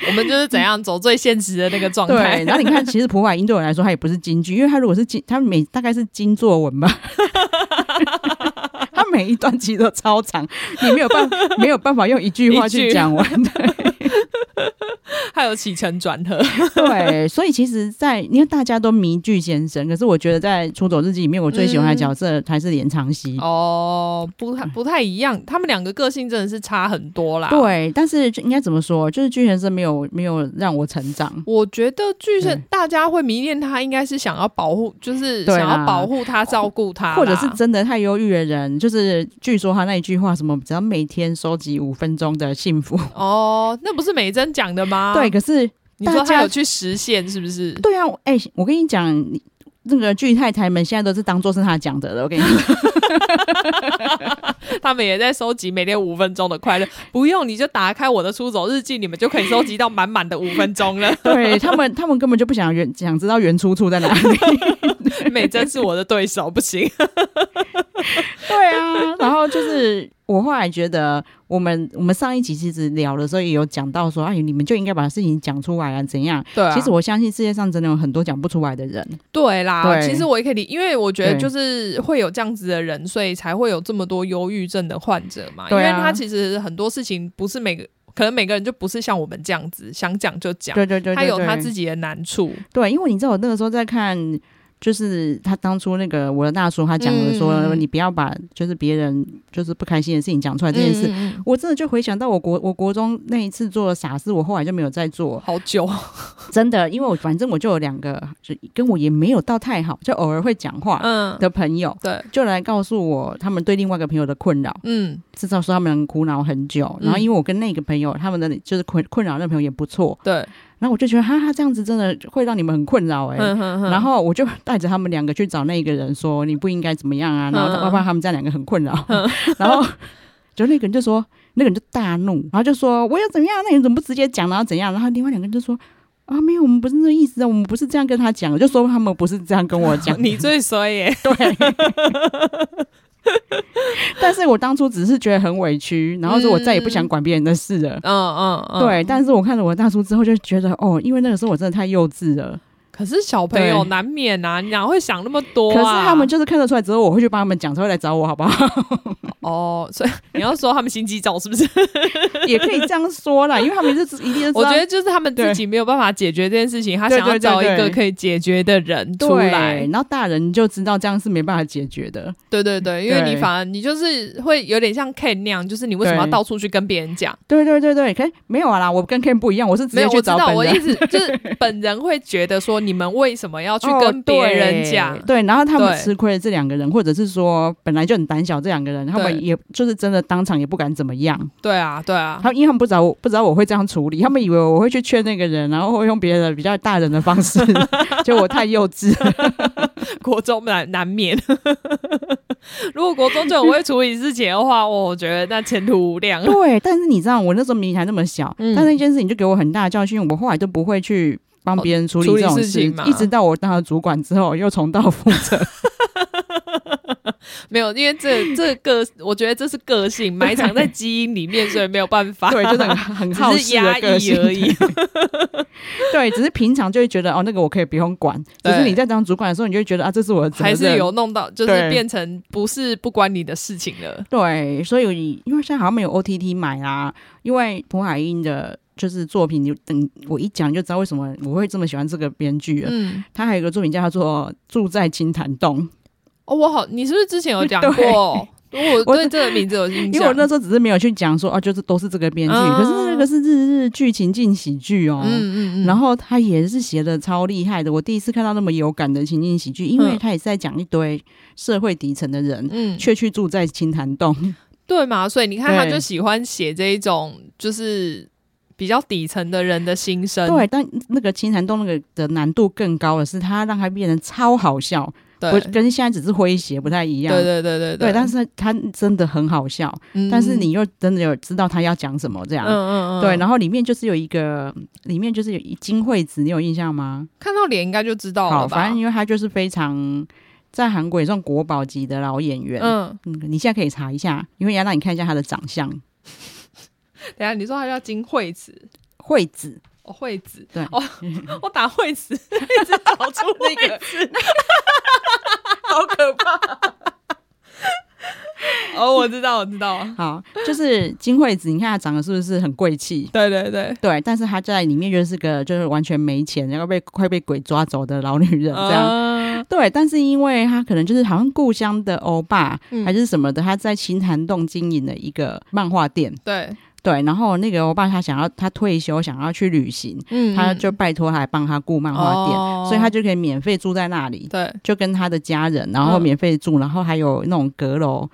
[SPEAKER 2] 我们就是怎样走最现实的那个状态
[SPEAKER 1] 对。。然后你看，其实朴海英对我来说，他也不是京剧，因为他如果是京，他每大概是金作文 吧。他每一段其实都超长，你没有办法没有办法用一句话
[SPEAKER 2] 一
[SPEAKER 1] 去
[SPEAKER 2] 句
[SPEAKER 1] 讲 完的。
[SPEAKER 2] 还有起承转合，
[SPEAKER 1] 对，所以其实在，因为大家都迷剧先生，可是我觉得在《出走日记》里面，我最喜欢的角色还是连长熙。
[SPEAKER 2] 嗯哦，不太不太一样，他们两个个性真的是差很多啦。，
[SPEAKER 1] 对，但是就应该怎么说，就是剧先生没有没有让我成长。
[SPEAKER 2] 我觉得巨
[SPEAKER 1] 对
[SPEAKER 2] 神大家会迷恋他，应该是想要保护，就是
[SPEAKER 1] 嗯对
[SPEAKER 2] 想
[SPEAKER 1] 啦
[SPEAKER 2] 要保护他、照顾他啦，
[SPEAKER 1] 或者是真的太忧郁的人，就是据说他那一句话什么，只要每天收集五分钟的幸福，
[SPEAKER 2] 哦，那不是美珍讲的吗？
[SPEAKER 1] 对。，可是，
[SPEAKER 2] 你说
[SPEAKER 1] 大家
[SPEAKER 2] 他有去实现是不是？
[SPEAKER 1] 对 啊，哎、我跟你讲，你那个巨太太们现在都是当做是他讲的了。我跟你讲，
[SPEAKER 2] 他们也在收集每天五分钟的快乐。不用，你就打开我的出走日记，你们就可以收集到满满的五分钟了。
[SPEAKER 1] 对他们，他们根本就不想原想知道原出处在 哪里。
[SPEAKER 2] 美珍是我的对手，不行。
[SPEAKER 1] 对啊，然后就是我后来觉得，我们我们上一集其实聊的时候也有讲到说，哎，你们就应该把事情讲出来啊，怎样？
[SPEAKER 2] 对啊
[SPEAKER 1] 其实我相信世界上真的有很多讲不出来的人。
[SPEAKER 2] 对啦，
[SPEAKER 1] 对
[SPEAKER 2] 其实我也可以理，因为我觉得
[SPEAKER 1] 对
[SPEAKER 2] 就是会有这样子的人，所以才会有这么多忧郁症的患者嘛。因
[SPEAKER 1] 对
[SPEAKER 2] 为
[SPEAKER 1] 啊
[SPEAKER 2] 他其实很多事情不是每个，可能每个人就不是像我们这样子想讲就讲，
[SPEAKER 1] 对对对对
[SPEAKER 2] 啊他有他
[SPEAKER 1] 对
[SPEAKER 2] 自己的难处。
[SPEAKER 1] 对，因为你知道我那个时候在看，就是他当初那个我的大叔他讲的说，
[SPEAKER 2] 嗯
[SPEAKER 1] 你不要把就是别人就是不开心的事情讲出来这件事。
[SPEAKER 2] 嗯嗯嗯
[SPEAKER 1] 我真的就回想到我国我国中那一次做的傻事，我后来就没有再做。
[SPEAKER 2] 嗯好久，
[SPEAKER 1] 真的，因为我反正我就有两个，就跟我也没有到太好，就偶尔会讲话
[SPEAKER 2] 嗯，
[SPEAKER 1] 的朋友，
[SPEAKER 2] 对，
[SPEAKER 1] 就来告诉我他们对另外一个朋友的困扰，
[SPEAKER 2] 嗯
[SPEAKER 1] 知道说他们苦恼很久。然后
[SPEAKER 2] 嗯
[SPEAKER 1] 因为我跟那个朋友，他们的就是困困扰那个朋友也不错，
[SPEAKER 2] 对，
[SPEAKER 1] 然后我就觉得哈，他这样子真的会让你们很困扰哎、
[SPEAKER 2] 嗯哼哼，
[SPEAKER 1] 然后我就带着他们两个去找那个人说你不应该怎么样啊，然后
[SPEAKER 2] 嗯。
[SPEAKER 1] 要不然他们这样两个很困扰。 然后就那个人就说，那个人就大怒，然后就说我要怎么样，那你怎么不直接讲，然后怎样？然后另外两个人就说啊，没有，我们不是那个意思啊，我们不是这样跟他讲的，就说他们不是这样跟我讲
[SPEAKER 2] 你最衰耶，
[SPEAKER 1] 对。但是我当初只是觉得很委屈，然后说我再也不想管别人的事了。
[SPEAKER 2] 嗯嗯嗯，。
[SPEAKER 1] 对，但是我看了我的大叔之后，就觉得哦，因为那个时候我真的太幼稚了。
[SPEAKER 2] 可是小朋友
[SPEAKER 1] 对
[SPEAKER 2] 难免啊，你哪会想那么多、啊？
[SPEAKER 1] 可是他们就是看得出来之后，我会去帮他们讲，才会来找我，好不 好？
[SPEAKER 2] 哦，所以你要说他们心机重是不是？
[SPEAKER 1] 也可以这样说啦，因为他们是一定是知道
[SPEAKER 2] 我觉得就是他们自己没有办法解决这件事情，他
[SPEAKER 1] 对
[SPEAKER 2] 想要
[SPEAKER 1] 对对
[SPEAKER 2] 找一个
[SPEAKER 1] 对
[SPEAKER 2] 可以解决的人出
[SPEAKER 1] 对
[SPEAKER 2] 来。
[SPEAKER 1] 然后大人就知道这样是没办法解决的。
[SPEAKER 2] 对对对，因为你
[SPEAKER 1] 对
[SPEAKER 2] 反而你就是会有点像 Ken 那样，就是你为什么要
[SPEAKER 1] 对
[SPEAKER 2] 到处去跟别人讲？
[SPEAKER 1] 对对对对，可没有啊啦，我跟 Ken 不一样，我是直接
[SPEAKER 2] 没有，
[SPEAKER 1] 去
[SPEAKER 2] 我知
[SPEAKER 1] 找
[SPEAKER 2] 道，
[SPEAKER 1] 本
[SPEAKER 2] 我
[SPEAKER 1] 人
[SPEAKER 2] 一。直就是本人会觉得说，你们为什么要去
[SPEAKER 1] 哦
[SPEAKER 2] 跟别人讲？
[SPEAKER 1] 对，对然后他们
[SPEAKER 2] 对
[SPEAKER 1] 吃亏的这两个人，或者是说本来就很胆小这两个人，他
[SPEAKER 2] 对
[SPEAKER 1] 们也就是真的当场也不敢怎么样。
[SPEAKER 2] 对啊，对啊，
[SPEAKER 1] 他们因为他们不知道我不知道我会这样处理，他们以为我会去劝那个人，然后会用别的比较大人的方 式，就我太幼稚了。
[SPEAKER 2] 国中难难免。 如果国中就很会处理事情的话，哦我觉得那前途无量。
[SPEAKER 1] 对，但是你知道，我那时候明明还那么小，
[SPEAKER 2] 嗯
[SPEAKER 1] 但那件事情就给我很大的教训，我后来都不会去帮别人处理
[SPEAKER 2] 处理
[SPEAKER 1] 这种
[SPEAKER 2] 事
[SPEAKER 1] 事，
[SPEAKER 2] 情嘛
[SPEAKER 1] 一直到我当了主管之后，又重蹈覆辙。
[SPEAKER 2] 没有，因为这这个，我觉得这是个性埋藏在基因里面，所以没有办法。
[SPEAKER 1] 对，就是很很好
[SPEAKER 2] 只
[SPEAKER 1] 事
[SPEAKER 2] 是
[SPEAKER 1] 的
[SPEAKER 2] 压
[SPEAKER 1] 个
[SPEAKER 2] 抑
[SPEAKER 1] 性
[SPEAKER 2] 而。 已。
[SPEAKER 1] 对，只是平常就会觉得哦，那个我可以不用管。只是
[SPEAKER 2] 对
[SPEAKER 1] 你在当主管的时候，你就会觉得啊，这是我的责任。
[SPEAKER 2] 还是有弄到，就是
[SPEAKER 1] 对
[SPEAKER 2] 变成不是不关你的事情了。
[SPEAKER 1] 对，所以因为现在好像没有 OTT 买啦，因为朴海英的。就是作品，你等我一讲你就知道为什么我会这么喜欢这个编剧了。
[SPEAKER 2] 嗯，
[SPEAKER 1] 他还有一个作品叫做《住在青潭洞》，
[SPEAKER 2] 哦，我好，你是不是之前有讲 过？哦我
[SPEAKER 1] 我
[SPEAKER 2] 对这个名字有印象，
[SPEAKER 1] 因为我那时候只是没有去讲说哦，就是都是这个编剧，
[SPEAKER 2] 嗯
[SPEAKER 1] 可是那个是日日剧情进喜剧哦。
[SPEAKER 2] 嗯
[SPEAKER 1] 然后他也是写的超厉害的，我第一次看到那么有感的情景喜剧，因为
[SPEAKER 2] 嗯
[SPEAKER 1] 他也是在讲一堆社会底层的人，
[SPEAKER 2] 嗯，
[SPEAKER 1] 却去住在青潭洞。
[SPEAKER 2] 对嘛，所以你看他
[SPEAKER 1] 对
[SPEAKER 2] 就喜欢写这一种就是比较底层的人的心声，
[SPEAKER 1] 对，但那个青潭洞那个的难度更高的是，他让他变得超好笑，
[SPEAKER 2] 对
[SPEAKER 1] 不跟现在只是诙谐不太一样。
[SPEAKER 2] 对对对对
[SPEAKER 1] 对但是他真的很好笑，但是你又真的有知道他要讲什么这样
[SPEAKER 2] 嗯。嗯嗯，
[SPEAKER 1] 对，
[SPEAKER 2] 后
[SPEAKER 1] 然后里面就是有一个，里面就是有一金惠子，你有印象吗？
[SPEAKER 2] 看到脸应该就知道
[SPEAKER 1] 好，
[SPEAKER 2] 了哦吧？
[SPEAKER 1] 反正因为她就是非常在韩国也算国宝级的老演员。嗯
[SPEAKER 2] 嗯，
[SPEAKER 1] 你现在可以查一下，因为要让你看一下她的长相，
[SPEAKER 2] 等一下你说他叫金惠子。
[SPEAKER 1] 惠子。
[SPEAKER 2] 哦，惠子，
[SPEAKER 1] 对
[SPEAKER 2] 哦， 我打惠子，一直搞出 那个字， 好可怕。哦，我知道，我知道，
[SPEAKER 1] 好，就是金惠子，你看她长得是不是很贵气？
[SPEAKER 2] 对对对，
[SPEAKER 1] 对，但是她在里面就是个就是完全没钱，然后被快被鬼抓走的老女人这样。
[SPEAKER 2] 嗯
[SPEAKER 1] 对，但是因为她可能就是好像故乡的欧巴、
[SPEAKER 2] 嗯
[SPEAKER 1] 还是什么的，她在青潭洞经营了一个漫画店，
[SPEAKER 2] 对，
[SPEAKER 1] 对，然后那个欧巴他想要他退休，想要去旅行，
[SPEAKER 2] 嗯
[SPEAKER 1] 他就拜托他来帮他顾漫画店，
[SPEAKER 2] 哦
[SPEAKER 1] 所以他就可以免费住在那里，
[SPEAKER 2] 对，
[SPEAKER 1] 就跟他的家人，然后
[SPEAKER 2] 嗯
[SPEAKER 1] 免费住，然后还有那种阁楼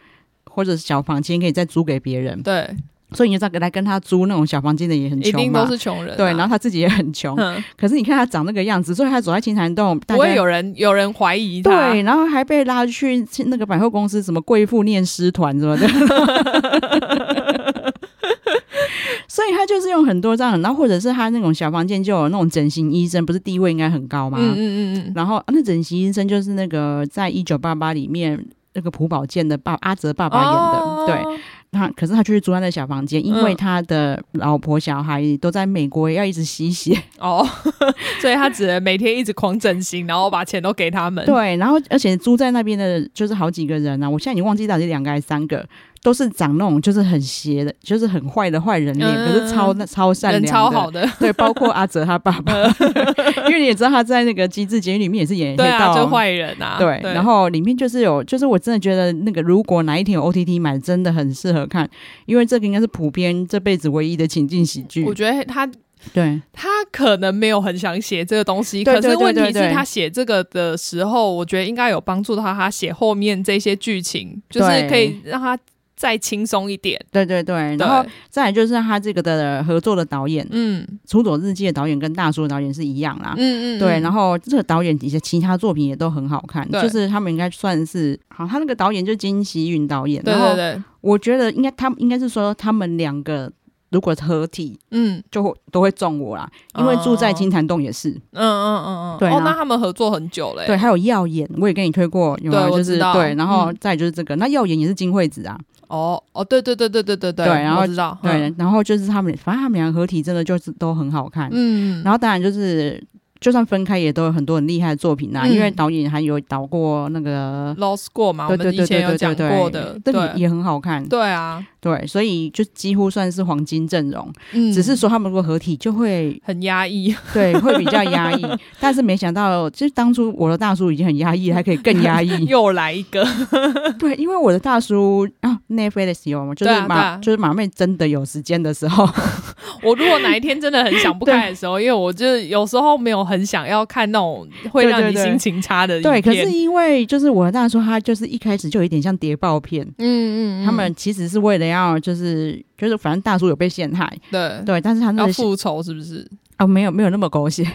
[SPEAKER 1] 或者是小房间可以再租给别人。
[SPEAKER 2] 对，
[SPEAKER 1] 所以你就知道来跟他租那种小房间的也很
[SPEAKER 2] 一
[SPEAKER 1] 穷
[SPEAKER 2] 定
[SPEAKER 1] 嘛
[SPEAKER 2] 都，是穷人啊、
[SPEAKER 1] 对，然后他自己也很 穷。
[SPEAKER 2] 嗯
[SPEAKER 1] 可是你看他长那个样子，所以他走在青潭洞，大
[SPEAKER 2] 不会
[SPEAKER 1] 家
[SPEAKER 2] 有人有人怀疑他。
[SPEAKER 1] 对，然后还被拉去那个百货公司什么贵妇念诗团什么的， 所以他就是用很多这样，然后或者是他那种小房间就有那种整形医生，不是地位应该很高吗？
[SPEAKER 2] 嗯嗯嗯嗯，
[SPEAKER 1] 然后、啊那整形医生就是那个在一九八八里面那个朴宝剑的爸阿哲爸爸演的，对。
[SPEAKER 2] 哦
[SPEAKER 1] 他可是他就是住在那小房间，因为
[SPEAKER 2] 嗯
[SPEAKER 1] 他的老婆小孩都在美国，要一直吸血。
[SPEAKER 2] 哦， 所以他只能每天一直狂整形，然后把钱都给他们。
[SPEAKER 1] 对，然后而且租在那边的就是好几个人啊，我现在已经忘记到底两个还是三个，都是长那种就是很邪的，就是很坏的坏人脸，
[SPEAKER 2] 嗯
[SPEAKER 1] 可是超超善良
[SPEAKER 2] 人
[SPEAKER 1] 的，
[SPEAKER 2] 超好的，
[SPEAKER 1] 对，包括阿哲他爸 爸，因为你也知道他在那个《机智监狱》里面也是演黑
[SPEAKER 2] 对
[SPEAKER 1] 道、
[SPEAKER 2] 啊，就。坏人啊，
[SPEAKER 1] 对，然后里面就是有，就是我真的觉得那个，如果哪一天有 OTT 买，真的很适合看，因为这个应该是普遍这辈子唯一的情境喜剧
[SPEAKER 2] 我。觉得他
[SPEAKER 1] 对，
[SPEAKER 2] 他可能没有很想写这个东西，
[SPEAKER 1] 对
[SPEAKER 2] 可
[SPEAKER 1] 对
[SPEAKER 2] 是
[SPEAKER 1] 对
[SPEAKER 2] 问题
[SPEAKER 1] 对
[SPEAKER 2] 是，
[SPEAKER 1] 对
[SPEAKER 2] 他写这个的时候，我觉得应该有帮助到他写后面这些剧情，就是
[SPEAKER 1] 对
[SPEAKER 2] 可以让他再轻松一点。
[SPEAKER 1] 对对对，
[SPEAKER 2] 对
[SPEAKER 1] 然后再来就是他这个的合作的导演，
[SPEAKER 2] 嗯
[SPEAKER 1] 《出走日记》的导演跟大叔的导演是一样啦。
[SPEAKER 2] 嗯嗯，
[SPEAKER 1] 对，
[SPEAKER 2] 嗯
[SPEAKER 1] 然后这个导演底下其他作品也都很好看，
[SPEAKER 2] 对
[SPEAKER 1] 就是他们应该算是好，他那个导演就是金喜允导演，
[SPEAKER 2] 对
[SPEAKER 1] 然
[SPEAKER 2] 对
[SPEAKER 1] 后
[SPEAKER 2] 对，
[SPEAKER 1] 我觉得应该他们应该是说他们两个如果合体
[SPEAKER 2] 嗯
[SPEAKER 1] 就会都会中我啦，因为住在
[SPEAKER 2] 哦
[SPEAKER 1] 金坛洞也是，
[SPEAKER 2] 嗯嗯嗯嗯，
[SPEAKER 1] 对然，
[SPEAKER 2] 哦
[SPEAKER 1] 后
[SPEAKER 2] 那他们合作很久嘞，
[SPEAKER 1] 对，还有耀眼，我也跟你推过，有没有
[SPEAKER 2] 对我
[SPEAKER 1] 就
[SPEAKER 2] 知
[SPEAKER 1] 是
[SPEAKER 2] 道
[SPEAKER 1] 对，然后
[SPEAKER 2] 嗯
[SPEAKER 1] 再来就是这个，那耀眼也是金惠子啊，
[SPEAKER 2] 哦哦，对对对对对对对，
[SPEAKER 1] 对然后
[SPEAKER 2] 我知道，
[SPEAKER 1] 对，
[SPEAKER 2] 嗯
[SPEAKER 1] 然后就是他们，反正他们两个合体真的就是都很好看，
[SPEAKER 2] 嗯，
[SPEAKER 1] 然后当然就是，就算分开也都有很多很厉害的作品啦、
[SPEAKER 2] 嗯
[SPEAKER 1] 因为导演还有导过那个，
[SPEAKER 2] 后 Lost 过嘛，我
[SPEAKER 1] 对对
[SPEAKER 2] 们
[SPEAKER 1] 对
[SPEAKER 2] 以前
[SPEAKER 1] 对
[SPEAKER 2] 有
[SPEAKER 1] 对
[SPEAKER 2] 讲
[SPEAKER 1] 对
[SPEAKER 2] 过
[SPEAKER 1] 对，
[SPEAKER 2] 的，
[SPEAKER 1] 这
[SPEAKER 2] 对
[SPEAKER 1] 也很好看，
[SPEAKER 2] 对啊，
[SPEAKER 1] 对，所以就几乎算是黄金阵容。
[SPEAKER 2] 嗯，
[SPEAKER 1] 只是说他们如果合体就会
[SPEAKER 2] 很压 抑，
[SPEAKER 1] 对会比较压抑， 但是没想到，就是当初我的大叔已经很压抑，还可以更压抑。
[SPEAKER 2] 又来一个，
[SPEAKER 1] 对，因为我的大叔啊，Netflix 有嘛，就
[SPEAKER 2] 啊对
[SPEAKER 1] 是
[SPEAKER 2] 啊
[SPEAKER 1] 马、
[SPEAKER 2] 对啊
[SPEAKER 1] 就是马妹真的有时间的时候，
[SPEAKER 2] 我如果哪一天真的很想不开的时候，因为我就是有时候没有很想要看那种会让你
[SPEAKER 1] 对对对
[SPEAKER 2] 心情差的影
[SPEAKER 1] 对，
[SPEAKER 2] 片。
[SPEAKER 1] 可是因为就是我的大叔，他就是一开始就有一点像谍报片，
[SPEAKER 2] 嗯嗯嗯，
[SPEAKER 1] 他们其实是为了要就是就是反正大叔有被陷害，
[SPEAKER 2] 对
[SPEAKER 1] 对，但是他那
[SPEAKER 2] 嗯要
[SPEAKER 1] 个
[SPEAKER 2] 复仇是不是？
[SPEAKER 1] 啊、没有没有那么狗 血，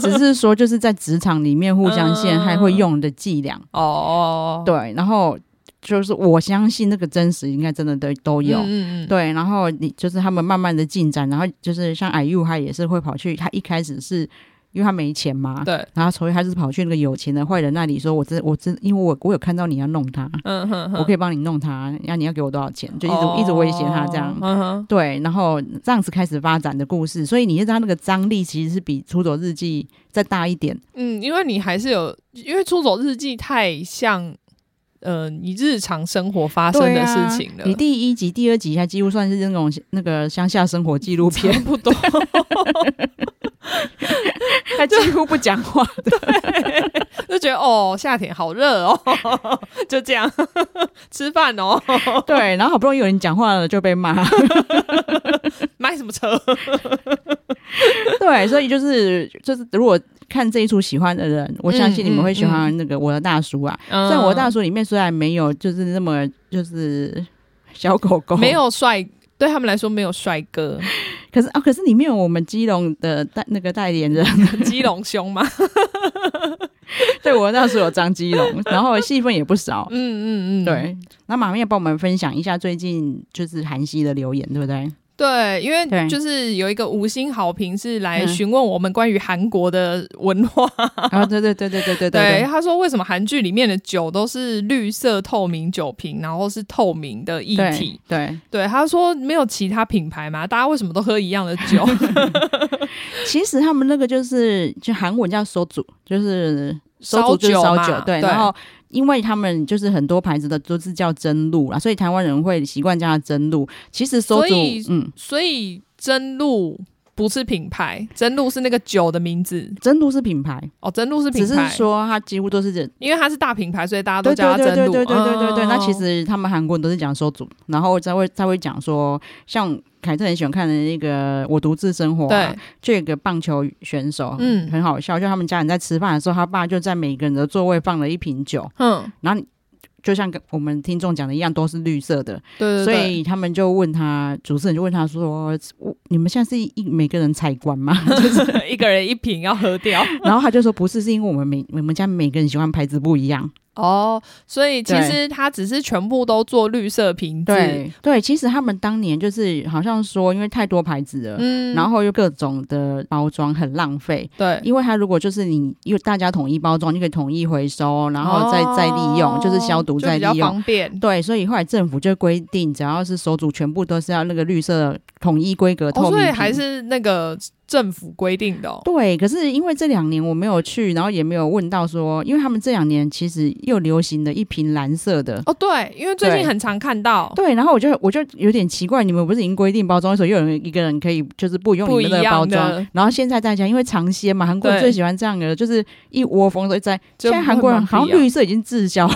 [SPEAKER 1] 只是说就是在职场里面互相陷害
[SPEAKER 2] 嗯
[SPEAKER 1] 会用的伎俩，
[SPEAKER 2] 哦哦，哦，
[SPEAKER 1] 对，然后就是我相信那个真实应该真的都都有。
[SPEAKER 2] 嗯嗯嗯，
[SPEAKER 1] 对，然后你就是他们慢慢的进展，然后就是像 IU 他也是会跑去，他一开始是因为他没钱嘛，
[SPEAKER 2] 对，
[SPEAKER 1] 然后所以他就是跑去那个有钱的坏人那里说，我真我真因为我我有看到你要弄他，
[SPEAKER 2] 嗯哼哼，
[SPEAKER 1] 我可以帮你弄他，要你要给我多少钱，就一直、一直威胁他这样
[SPEAKER 2] 哦。嗯哼，
[SPEAKER 1] 对，然后这样子开始发展的故事，所以你知道那个张力其实是比《出走日记》再大一点。
[SPEAKER 2] 嗯，因为你还是有，因为出走日记太像。呃，你日常生活发生
[SPEAKER 1] 对
[SPEAKER 2] 的
[SPEAKER 1] 啊
[SPEAKER 2] 事情了，
[SPEAKER 1] 你第一集、第二集还几乎算是那种那个乡下生活纪录
[SPEAKER 2] 差
[SPEAKER 1] 片，
[SPEAKER 2] 不多，
[SPEAKER 1] 还几乎不讲话。
[SPEAKER 2] 就觉得哦，夏天好热哦， 就这样吃饭哦，
[SPEAKER 1] 对，然后好不容易有人讲话了就被 骂。
[SPEAKER 2] 买什么车？
[SPEAKER 1] 对，所以就是就是，如果看这一出喜欢的人，我相信你们会喜欢那个我的大叔啊。
[SPEAKER 2] 嗯
[SPEAKER 1] 在我的大叔里面虽然没有就是那么就是 小狗狗，
[SPEAKER 2] 没有帅，对他们来说没有帅哥，
[SPEAKER 1] 可是啊，可是里面有我们基隆的代那个代言人，
[SPEAKER 2] 基隆兄嘛，
[SPEAKER 1] 对我那时候有张基隆，然后戏份也不少。
[SPEAKER 2] 嗯嗯嗯，
[SPEAKER 1] 对，那马面帮我们分享一下最近就是韩熙的留言，对不对？
[SPEAKER 2] 对，因为
[SPEAKER 1] 对
[SPEAKER 2] 就是有一个五星好评是来
[SPEAKER 1] 嗯
[SPEAKER 2] 询问我们关于韩国的文化，
[SPEAKER 1] 啊，对对对对 对对对
[SPEAKER 2] 他说为什么韩剧里面的酒都是绿色透明酒瓶，然后是透明的液
[SPEAKER 1] 对
[SPEAKER 2] 体，
[SPEAKER 1] 对，
[SPEAKER 2] 对，他说没有其他品牌嘛，大家为什么都喝一样的 酒？
[SPEAKER 1] 其实他们那个就是就韩文叫烧煮，就是
[SPEAKER 2] 烧
[SPEAKER 1] 烧就是烧
[SPEAKER 2] 嘛
[SPEAKER 1] 酒，对，然后。因为他们就是很多牌子的都是叫真露啦，所以台湾人会习惯叫它真露。其实烧
[SPEAKER 2] 所
[SPEAKER 1] 煮
[SPEAKER 2] 以，
[SPEAKER 1] 嗯，
[SPEAKER 2] 所以真露不是品牌，真露是那个酒的名字
[SPEAKER 1] 真露是品牌，
[SPEAKER 2] 哦，真露是品
[SPEAKER 1] 只是
[SPEAKER 2] 牌，
[SPEAKER 1] 说它几乎都是
[SPEAKER 2] 因为它是大品牌，所以大家都
[SPEAKER 1] 对
[SPEAKER 2] 叫
[SPEAKER 1] 对
[SPEAKER 2] 它
[SPEAKER 1] 对
[SPEAKER 2] 真
[SPEAKER 1] 对
[SPEAKER 2] 露。
[SPEAKER 1] 对对对对对。
[SPEAKER 2] 嗯
[SPEAKER 1] 那其实他们韩国人都是讲收主，然后再会再会讲说，像凯特很喜欢看的那个《我独自生活、啊
[SPEAKER 2] 对》，，
[SPEAKER 1] 就有一个棒球选手，
[SPEAKER 2] 嗯
[SPEAKER 1] 嗯，很好笑，就他们家人在吃饭的时候，他爸就在每个人的座位放了一瓶酒，
[SPEAKER 2] 嗯，
[SPEAKER 1] 然后你。就像跟我们听众讲的一样，都是绿色的，
[SPEAKER 2] 对对对，
[SPEAKER 1] 所以他们就问他，主持人就问他说：“我你们现在是一每个人采光吗？”
[SPEAKER 2] 一个人一瓶要喝掉
[SPEAKER 1] 然后他就说：“不是，是因为我们每我们家每个人喜欢牌子不一样。
[SPEAKER 2] 哦。所以其
[SPEAKER 1] 对
[SPEAKER 2] 实它只是全部都做绿色瓶”子，
[SPEAKER 1] 对对，其实他们当年就是好像说，因为太多牌子了。
[SPEAKER 2] 嗯，
[SPEAKER 1] 然后又各种的包装很浪费，
[SPEAKER 2] 对，
[SPEAKER 1] 因为它如果就是你因为大家统一包装，你可以统一回收，然后再、再利用，就是消毒
[SPEAKER 2] 哦就
[SPEAKER 1] 再
[SPEAKER 2] 比
[SPEAKER 1] 利
[SPEAKER 2] 较
[SPEAKER 1] 用。
[SPEAKER 2] 方便。
[SPEAKER 1] 对，所以后来政府就规定，只要是手组全部都是要那个绿色统一规格透明
[SPEAKER 2] 哦，所
[SPEAKER 1] 瓶、
[SPEAKER 2] 以还是那个政府规定的、哦，
[SPEAKER 1] 对，可是因为这两年我没有去，然后也没有问到说，因为他们这两年其实又流行的一瓶蓝色的。
[SPEAKER 2] 哦，对，因为最近
[SPEAKER 1] 对
[SPEAKER 2] 很常看到，
[SPEAKER 1] 对，然后我就我就有点奇怪，你们不是已经规定包装，所以又有人一个人可以就是不用
[SPEAKER 2] 不
[SPEAKER 1] 你
[SPEAKER 2] 一
[SPEAKER 1] 们的
[SPEAKER 2] 样
[SPEAKER 1] 包
[SPEAKER 2] 的
[SPEAKER 1] 装，然后现在大家因为尝鲜嘛，韩国人
[SPEAKER 2] 对
[SPEAKER 1] 最喜欢这样的，就是一窝蜂都在。
[SPEAKER 2] 就
[SPEAKER 1] 现在韩国人好像
[SPEAKER 2] 会蛮不一样
[SPEAKER 1] 绿色已经滞销了，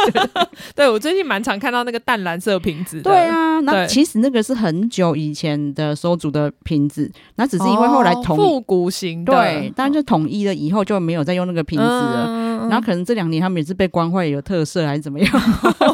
[SPEAKER 2] 对我最近蛮常看到那个淡蓝色瓶子的，
[SPEAKER 1] 对，啊，那
[SPEAKER 2] 对
[SPEAKER 1] 其实那个是很久以前的收足的瓶子，那只是因为后来
[SPEAKER 2] 哦
[SPEAKER 1] 统一、
[SPEAKER 2] 复古型的，哦
[SPEAKER 1] 对，当然就统一了以后就没有再用那个瓶子了。
[SPEAKER 2] 嗯
[SPEAKER 1] 然后可能这两年他们也是被关坏有特色还是怎么样？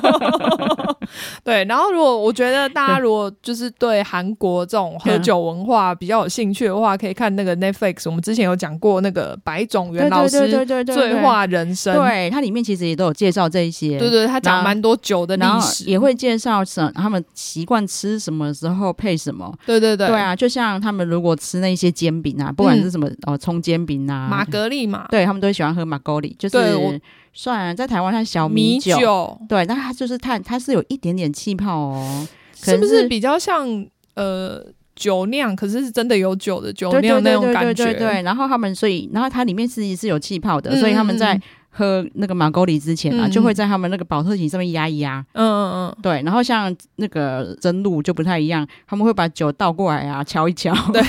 [SPEAKER 2] 对，然后如果我觉得大家如果就是对韩国这种
[SPEAKER 1] 嗯
[SPEAKER 2] 喝酒文化比较有兴趣的话，可以看那个 Netflix，我们之前有讲过那个白种元老师
[SPEAKER 1] 对
[SPEAKER 2] 醉
[SPEAKER 1] 啊
[SPEAKER 2] 话人生，
[SPEAKER 1] 对它里面其实也都有介绍这一些，
[SPEAKER 2] 对对，他讲
[SPEAKER 1] 那
[SPEAKER 2] 蛮多酒的历
[SPEAKER 1] 然后
[SPEAKER 2] 史，
[SPEAKER 1] 也会介绍什他们习惯吃什么时候配什么。
[SPEAKER 2] 对对对，
[SPEAKER 1] 对啊，就像他们如果吃那些煎饼啊，不管是什么、哦，葱煎饼啊，
[SPEAKER 2] 玛格丽玛
[SPEAKER 1] 对他们都喜欢喝马格里，就
[SPEAKER 2] 对我
[SPEAKER 1] 是算在台湾它小
[SPEAKER 2] 米
[SPEAKER 1] 酒。
[SPEAKER 2] 酒，
[SPEAKER 1] 对，但它就是它，它是有一点点气泡哦，可
[SPEAKER 2] 是
[SPEAKER 1] 能
[SPEAKER 2] 不
[SPEAKER 1] 是
[SPEAKER 2] 是比较像呃酒酿？可是是真的有酒的酒
[SPEAKER 1] 对对
[SPEAKER 2] 酿那
[SPEAKER 1] 对
[SPEAKER 2] 种
[SPEAKER 1] 对
[SPEAKER 2] 感
[SPEAKER 1] 对
[SPEAKER 2] 觉，
[SPEAKER 1] 对对。然后他们，所以然后它里面其实是有气泡的，
[SPEAKER 2] 嗯
[SPEAKER 1] 所以他们在
[SPEAKER 2] 嗯
[SPEAKER 1] 喝那个马沟里之前啊，
[SPEAKER 2] 嗯
[SPEAKER 1] 就会在他们那个保特瓶上面压一压。
[SPEAKER 2] 嗯嗯嗯。
[SPEAKER 1] 对，然后像那个蒸露就不太一样，他们会把酒倒过来啊，敲一敲。
[SPEAKER 2] 对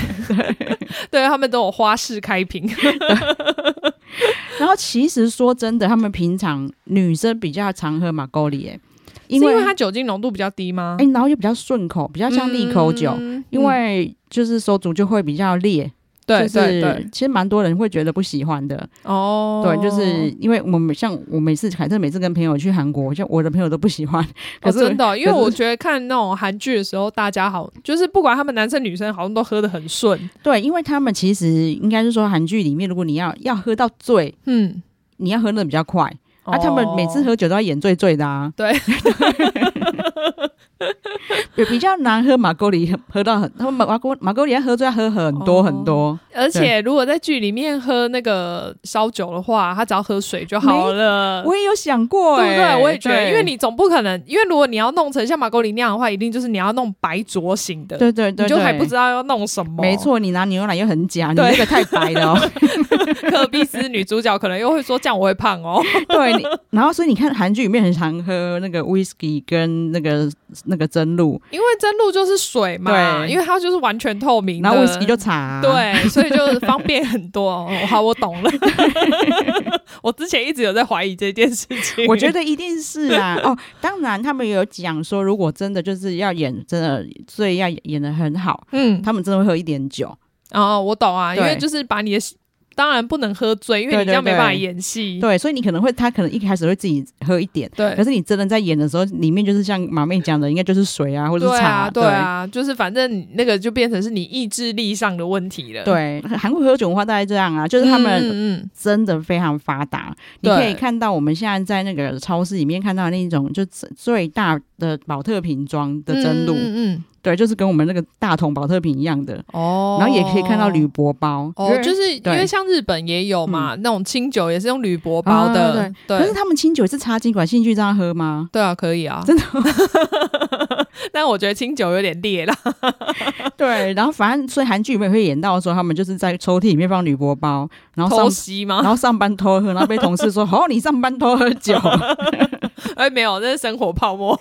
[SPEAKER 2] 对他们都有花式开瓶，
[SPEAKER 1] 然后其实说真的，他们平常女生比较常喝马沟里，哎， 因
[SPEAKER 2] 是
[SPEAKER 1] 为
[SPEAKER 2] 因为它酒精浓度比较低吗？
[SPEAKER 1] 哎，然后又比较顺口，比较像利口酒。
[SPEAKER 2] 嗯
[SPEAKER 1] 因为就是手足就会比较烈，
[SPEAKER 2] 对
[SPEAKER 1] 就
[SPEAKER 2] 对
[SPEAKER 1] 是
[SPEAKER 2] 对，
[SPEAKER 1] 其实蛮多人会觉得不喜欢的。
[SPEAKER 2] 哦，
[SPEAKER 1] 对，就是因为我们像我每次凯特每次跟朋友去韩国，像我的朋友都不喜欢，可
[SPEAKER 2] 哦，
[SPEAKER 1] 是、
[SPEAKER 2] 真的哦，因为
[SPEAKER 1] 可是
[SPEAKER 2] 我觉得看那种韩剧的时候，大家好，就是不管他们男生女生，好像都喝的很顺。
[SPEAKER 1] 对，因为他们其实应该是说韩剧里面，如果你要要喝到醉，
[SPEAKER 2] 嗯，
[SPEAKER 1] 你要喝的比较快、啊，
[SPEAKER 2] 哦
[SPEAKER 1] 他们每次喝酒都要演醉醉的啊，
[SPEAKER 2] 对
[SPEAKER 1] 比 比较难喝马沟里喝到很，他们马沟马沟里要喝醉要喝很多
[SPEAKER 2] 哦
[SPEAKER 1] 很多，
[SPEAKER 2] 而且如果在剧里面喝那个烧酒的话，他只要喝水就好了。
[SPEAKER 1] 我也有想过、
[SPEAKER 2] 呃对不
[SPEAKER 1] 欸，
[SPEAKER 2] 对？我也觉得，因为你总不可能，因为如果你要弄成像马格里那样的话，一定就是你要弄白灼型的，
[SPEAKER 1] 对对对，
[SPEAKER 2] 你就还
[SPEAKER 1] 对
[SPEAKER 2] 不知道要弄什么。
[SPEAKER 1] 没， 错，你拿牛奶又很假，你
[SPEAKER 2] 对
[SPEAKER 1] 那个太白了、 哦。
[SPEAKER 2] 科比斯女主角可能又会说这样我会胖哦。
[SPEAKER 1] 对，你然后所以你看韩剧里面很常喝那个 whisky 跟那个那个蒸露，
[SPEAKER 2] 因为真露就是水嘛，
[SPEAKER 1] 对
[SPEAKER 2] 因为它就是完全透明的，
[SPEAKER 1] 然后 whisky 就茶、啊。
[SPEAKER 2] 对，所以就是方便很 多。哦好，我懂 了。我之前一直有在怀疑这件事情，
[SPEAKER 1] 我觉得一定是啊，哦，当然他们有讲说，如果真的就是要演，真的所以要演的很好，
[SPEAKER 2] 嗯，
[SPEAKER 1] 他们真的会喝一点酒，
[SPEAKER 2] 哦，我懂啊，因
[SPEAKER 1] 对
[SPEAKER 2] 为就是把你的。当然不能喝醉，因为你
[SPEAKER 1] 对对
[SPEAKER 2] 这样没
[SPEAKER 1] 对
[SPEAKER 2] 办法演戏。
[SPEAKER 1] 对，所以你可能会，他可能一开始会自己喝一点，
[SPEAKER 2] 对
[SPEAKER 1] 可是你真的在演的时候，里面就是像马妹讲的，应该就是水啊，或者
[SPEAKER 2] 对
[SPEAKER 1] 是茶
[SPEAKER 2] 啊，，对啊，就是反正你那个就变成是你意志力上的问题了。，
[SPEAKER 1] 对，韩国喝酒文化大概这样啊，就是他们
[SPEAKER 2] 嗯嗯
[SPEAKER 1] 真的非常发达。你
[SPEAKER 2] 对
[SPEAKER 1] 可以看到我们现在在那个超市里面看到那种就最大的保特瓶装的蒸露，
[SPEAKER 2] 嗯嗯嗯
[SPEAKER 1] 对，就是跟我们那个大桶保特瓶一样的。
[SPEAKER 2] 哦，
[SPEAKER 1] 然后也可以看到铝。箔包，。
[SPEAKER 2] 哦，就是是因
[SPEAKER 1] 对
[SPEAKER 2] 为像日本也有嘛，那种清酒也是用铝箔包的，
[SPEAKER 1] 啊
[SPEAKER 2] 嗯对
[SPEAKER 1] 可是他们清酒是插进管进去这样喝 吗？
[SPEAKER 2] 对啊，可以啊，
[SPEAKER 1] 真
[SPEAKER 2] 的。 但我觉得清酒有点烈啦，
[SPEAKER 1] 对，然后反正所以韩剧里面会演到说，他们就是在抽屉里面放铝箔包，然后
[SPEAKER 2] 偷
[SPEAKER 1] 上
[SPEAKER 2] 袭
[SPEAKER 1] 然
[SPEAKER 2] 吗？
[SPEAKER 1] 后上班偷喝，然后被同事说：“哦，你上班偷喝酒。
[SPEAKER 2] 哎，没有，那是生活 泡沫。”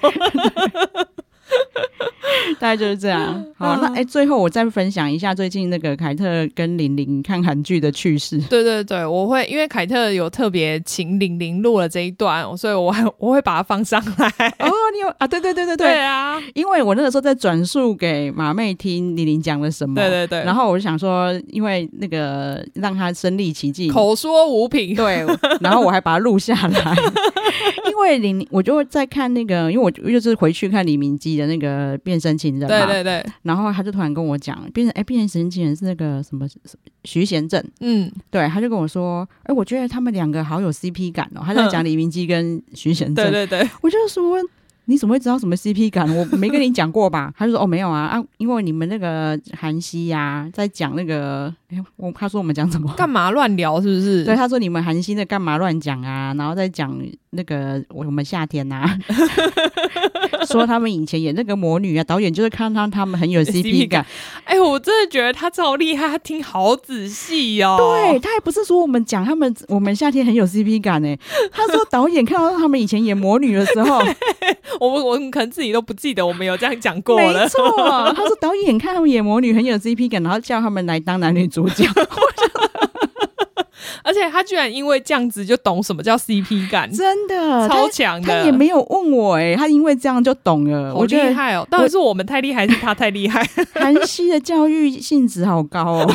[SPEAKER 1] 大概就是这 样。好，那哎、最后我再分享一下最近那个凯特跟玲玲看韩剧的趣事。
[SPEAKER 2] 对对对，我会因为凯特有特别请玲玲录了这一段，所以我还我会把它放上来。
[SPEAKER 1] 哦，你有啊？对对对对 对，
[SPEAKER 2] 对啊，
[SPEAKER 1] 因为我那个时候在转述给马妹听玲玲讲了什么，
[SPEAKER 2] 对对对，
[SPEAKER 1] 然后我就想说，因为那个让她身历其境，
[SPEAKER 2] 口说无凭，
[SPEAKER 1] 对，然后我还把它录下来， 因为李明，我就会在看那个，因为我就就是回去看李明基的那个《变身 情人》嘛，
[SPEAKER 2] 对对对，
[SPEAKER 1] 然后他就突然跟我讲，变成哎，变成神经人是那个什么什么徐贤正，
[SPEAKER 2] 嗯，
[SPEAKER 1] 对，他就跟我说，哎，我觉得他们两个好有 CP 感哦。他在讲李明基跟徐贤正，
[SPEAKER 2] 对对对，
[SPEAKER 1] 我就说你怎么会知道什么 CP 感？我没跟你讲过吧？他就说哦，没有啊啊，因为你们那个韩熙呀、在讲那个，哎，我他说我们讲什么？
[SPEAKER 2] 干嘛乱聊是不是？
[SPEAKER 1] 对，他说你们韩星的干嘛乱讲啊？然后再讲那个我我们夏天呐、 说他们以前演那个魔女啊，导演就是看到他们很有 CP 感，
[SPEAKER 2] 哎、我真的觉得他超厉害，他听好仔细哦。
[SPEAKER 1] 对，他还不是说我们讲他们我们夏天很有 CP 感呢、他说导演看到他们以前演魔女的时候，
[SPEAKER 2] 我们我们可能自己都不记得我们有这样讲 过
[SPEAKER 1] 没
[SPEAKER 2] 了。
[SPEAKER 1] 错，他说导演看他们演魔女很有 CP 感，然后叫他们来当男女主 角，
[SPEAKER 2] 而且他居然因为这样子就懂什么叫 CP 感，
[SPEAKER 1] 真的，
[SPEAKER 2] 超
[SPEAKER 1] 他
[SPEAKER 2] 强
[SPEAKER 1] 他
[SPEAKER 2] 的，
[SPEAKER 1] 也没有问我哎、他因为这样就懂了，
[SPEAKER 2] 好
[SPEAKER 1] 我觉
[SPEAKER 2] 厉
[SPEAKER 1] 得
[SPEAKER 2] 害哦。到底是我们太厉害，还是他太厉 害？
[SPEAKER 1] 韩 熙的教育性质好高 哦。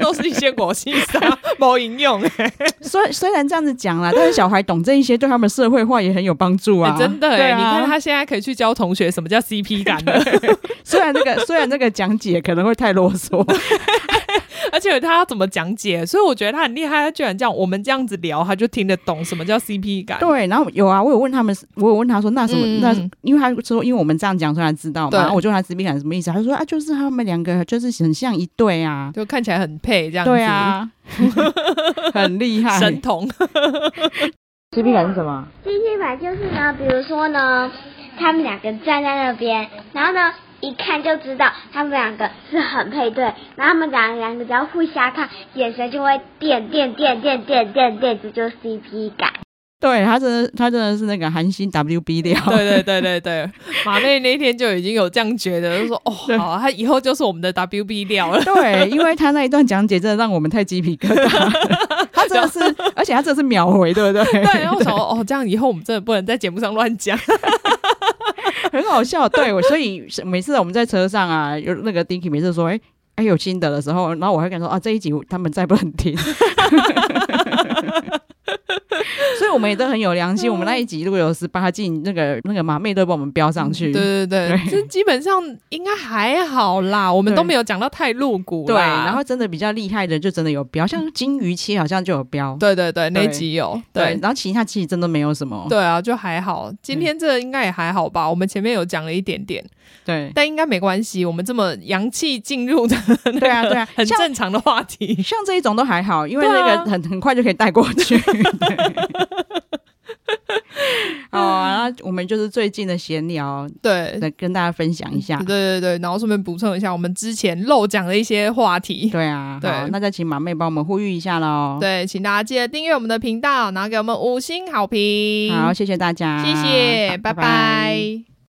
[SPEAKER 2] 都是一些国际上没营用哎、
[SPEAKER 1] 虽虽然这样子讲啦，但是小孩懂这一些，对他们社会化也很有帮助啊。
[SPEAKER 2] 哎真的
[SPEAKER 1] 对
[SPEAKER 2] 哎、
[SPEAKER 1] 啊、
[SPEAKER 2] 你看他现在可以去教同学什么叫 CP 感了，
[SPEAKER 1] 虽然那个虽然那个讲解可能会太啰嗦，
[SPEAKER 2] 而且他要怎么讲解，所以我觉得他很厉害，他居然这样，我们这样子聊，他就听得懂什么叫 CP 感。
[SPEAKER 1] 对。然后有啊，我有问他们，我有问他说那什么、
[SPEAKER 2] 嗯
[SPEAKER 1] 那，因为他说因为我们这样讲，所以他知道嘛。
[SPEAKER 2] 对
[SPEAKER 1] 然后我就问他 CP 感是什么意思，他就说啊，就是他们两个就是很像一对啊，
[SPEAKER 2] 就看起来很配这样子，
[SPEAKER 1] 对，啊，很厉害。
[SPEAKER 2] 神童。
[SPEAKER 1] CP 感是什么？
[SPEAKER 3] CP 版就是呢，比如说呢，他们两个站在那边，然后呢，一看就知道他们两个是很配对，然后他们两两个只要互相看，眼神就会电电电电电电电，这就是 CP 感。
[SPEAKER 1] 对他真的他真的是那个韩星 WB 料，
[SPEAKER 2] 对对对对对，马妹那天就已经有这样觉得， 就说哦，
[SPEAKER 1] 对
[SPEAKER 2] 好、啊，他以后就是我们的 WB 料了。
[SPEAKER 1] 对，因为他那一段讲解真的让我们太鸡皮疙瘩 了，他真的是，而且他真的是秒回，对不对？
[SPEAKER 2] 对，然后我想说哦，这样以后我们真的不能在节目上乱讲。
[SPEAKER 1] 很好笑。对，我所以是每次我们在车上啊，有那个 Dicky 每次说，哎、哎、有新的的时候，然后我会跟他说啊，这一集他们再不能听。 所以我们也都很有良心，我们那一集如果有十八禁，那个那个马妹都把我们标上去。
[SPEAKER 2] 嗯对对对，这基本上应该还好啦，我们
[SPEAKER 1] 对
[SPEAKER 2] 都没有讲到太露骨
[SPEAKER 1] 对，
[SPEAKER 2] 啦。
[SPEAKER 1] 然后真的比较厉害的就真的有标，像金鱼期好像就有标。
[SPEAKER 2] 对对对，那
[SPEAKER 1] 对
[SPEAKER 2] 一集有
[SPEAKER 1] 对嗯
[SPEAKER 2] 对，。
[SPEAKER 1] 然后其他其实真的没有什么。
[SPEAKER 2] 对啊，就还好。今天这应该也还好吧，我们前面有讲了一点点，
[SPEAKER 1] 对
[SPEAKER 2] 但应该没关系。我们这么洋气进入的那个
[SPEAKER 1] 对啊对啊
[SPEAKER 2] 很
[SPEAKER 1] 像
[SPEAKER 2] 正常的话 题。
[SPEAKER 1] 像这一种都还好，因为
[SPEAKER 2] 对啊
[SPEAKER 1] 那个很、很快就可以带过去。对好啊，那我们就是最近的闲聊，
[SPEAKER 2] 对，
[SPEAKER 1] 来跟大家分享一下。
[SPEAKER 2] 对对对，然后顺便补充一下我们之前漏讲的一些话题。
[SPEAKER 1] 对哦啊，
[SPEAKER 2] 嗯对
[SPEAKER 1] 好，那再请马妹帮我们呼吁一下喽。，
[SPEAKER 2] 对，请大家记得订阅我们的频道，然后给我们五星好评。
[SPEAKER 1] 好，谢谢大家，
[SPEAKER 2] 谢谢，
[SPEAKER 1] 好拜
[SPEAKER 2] 拜拜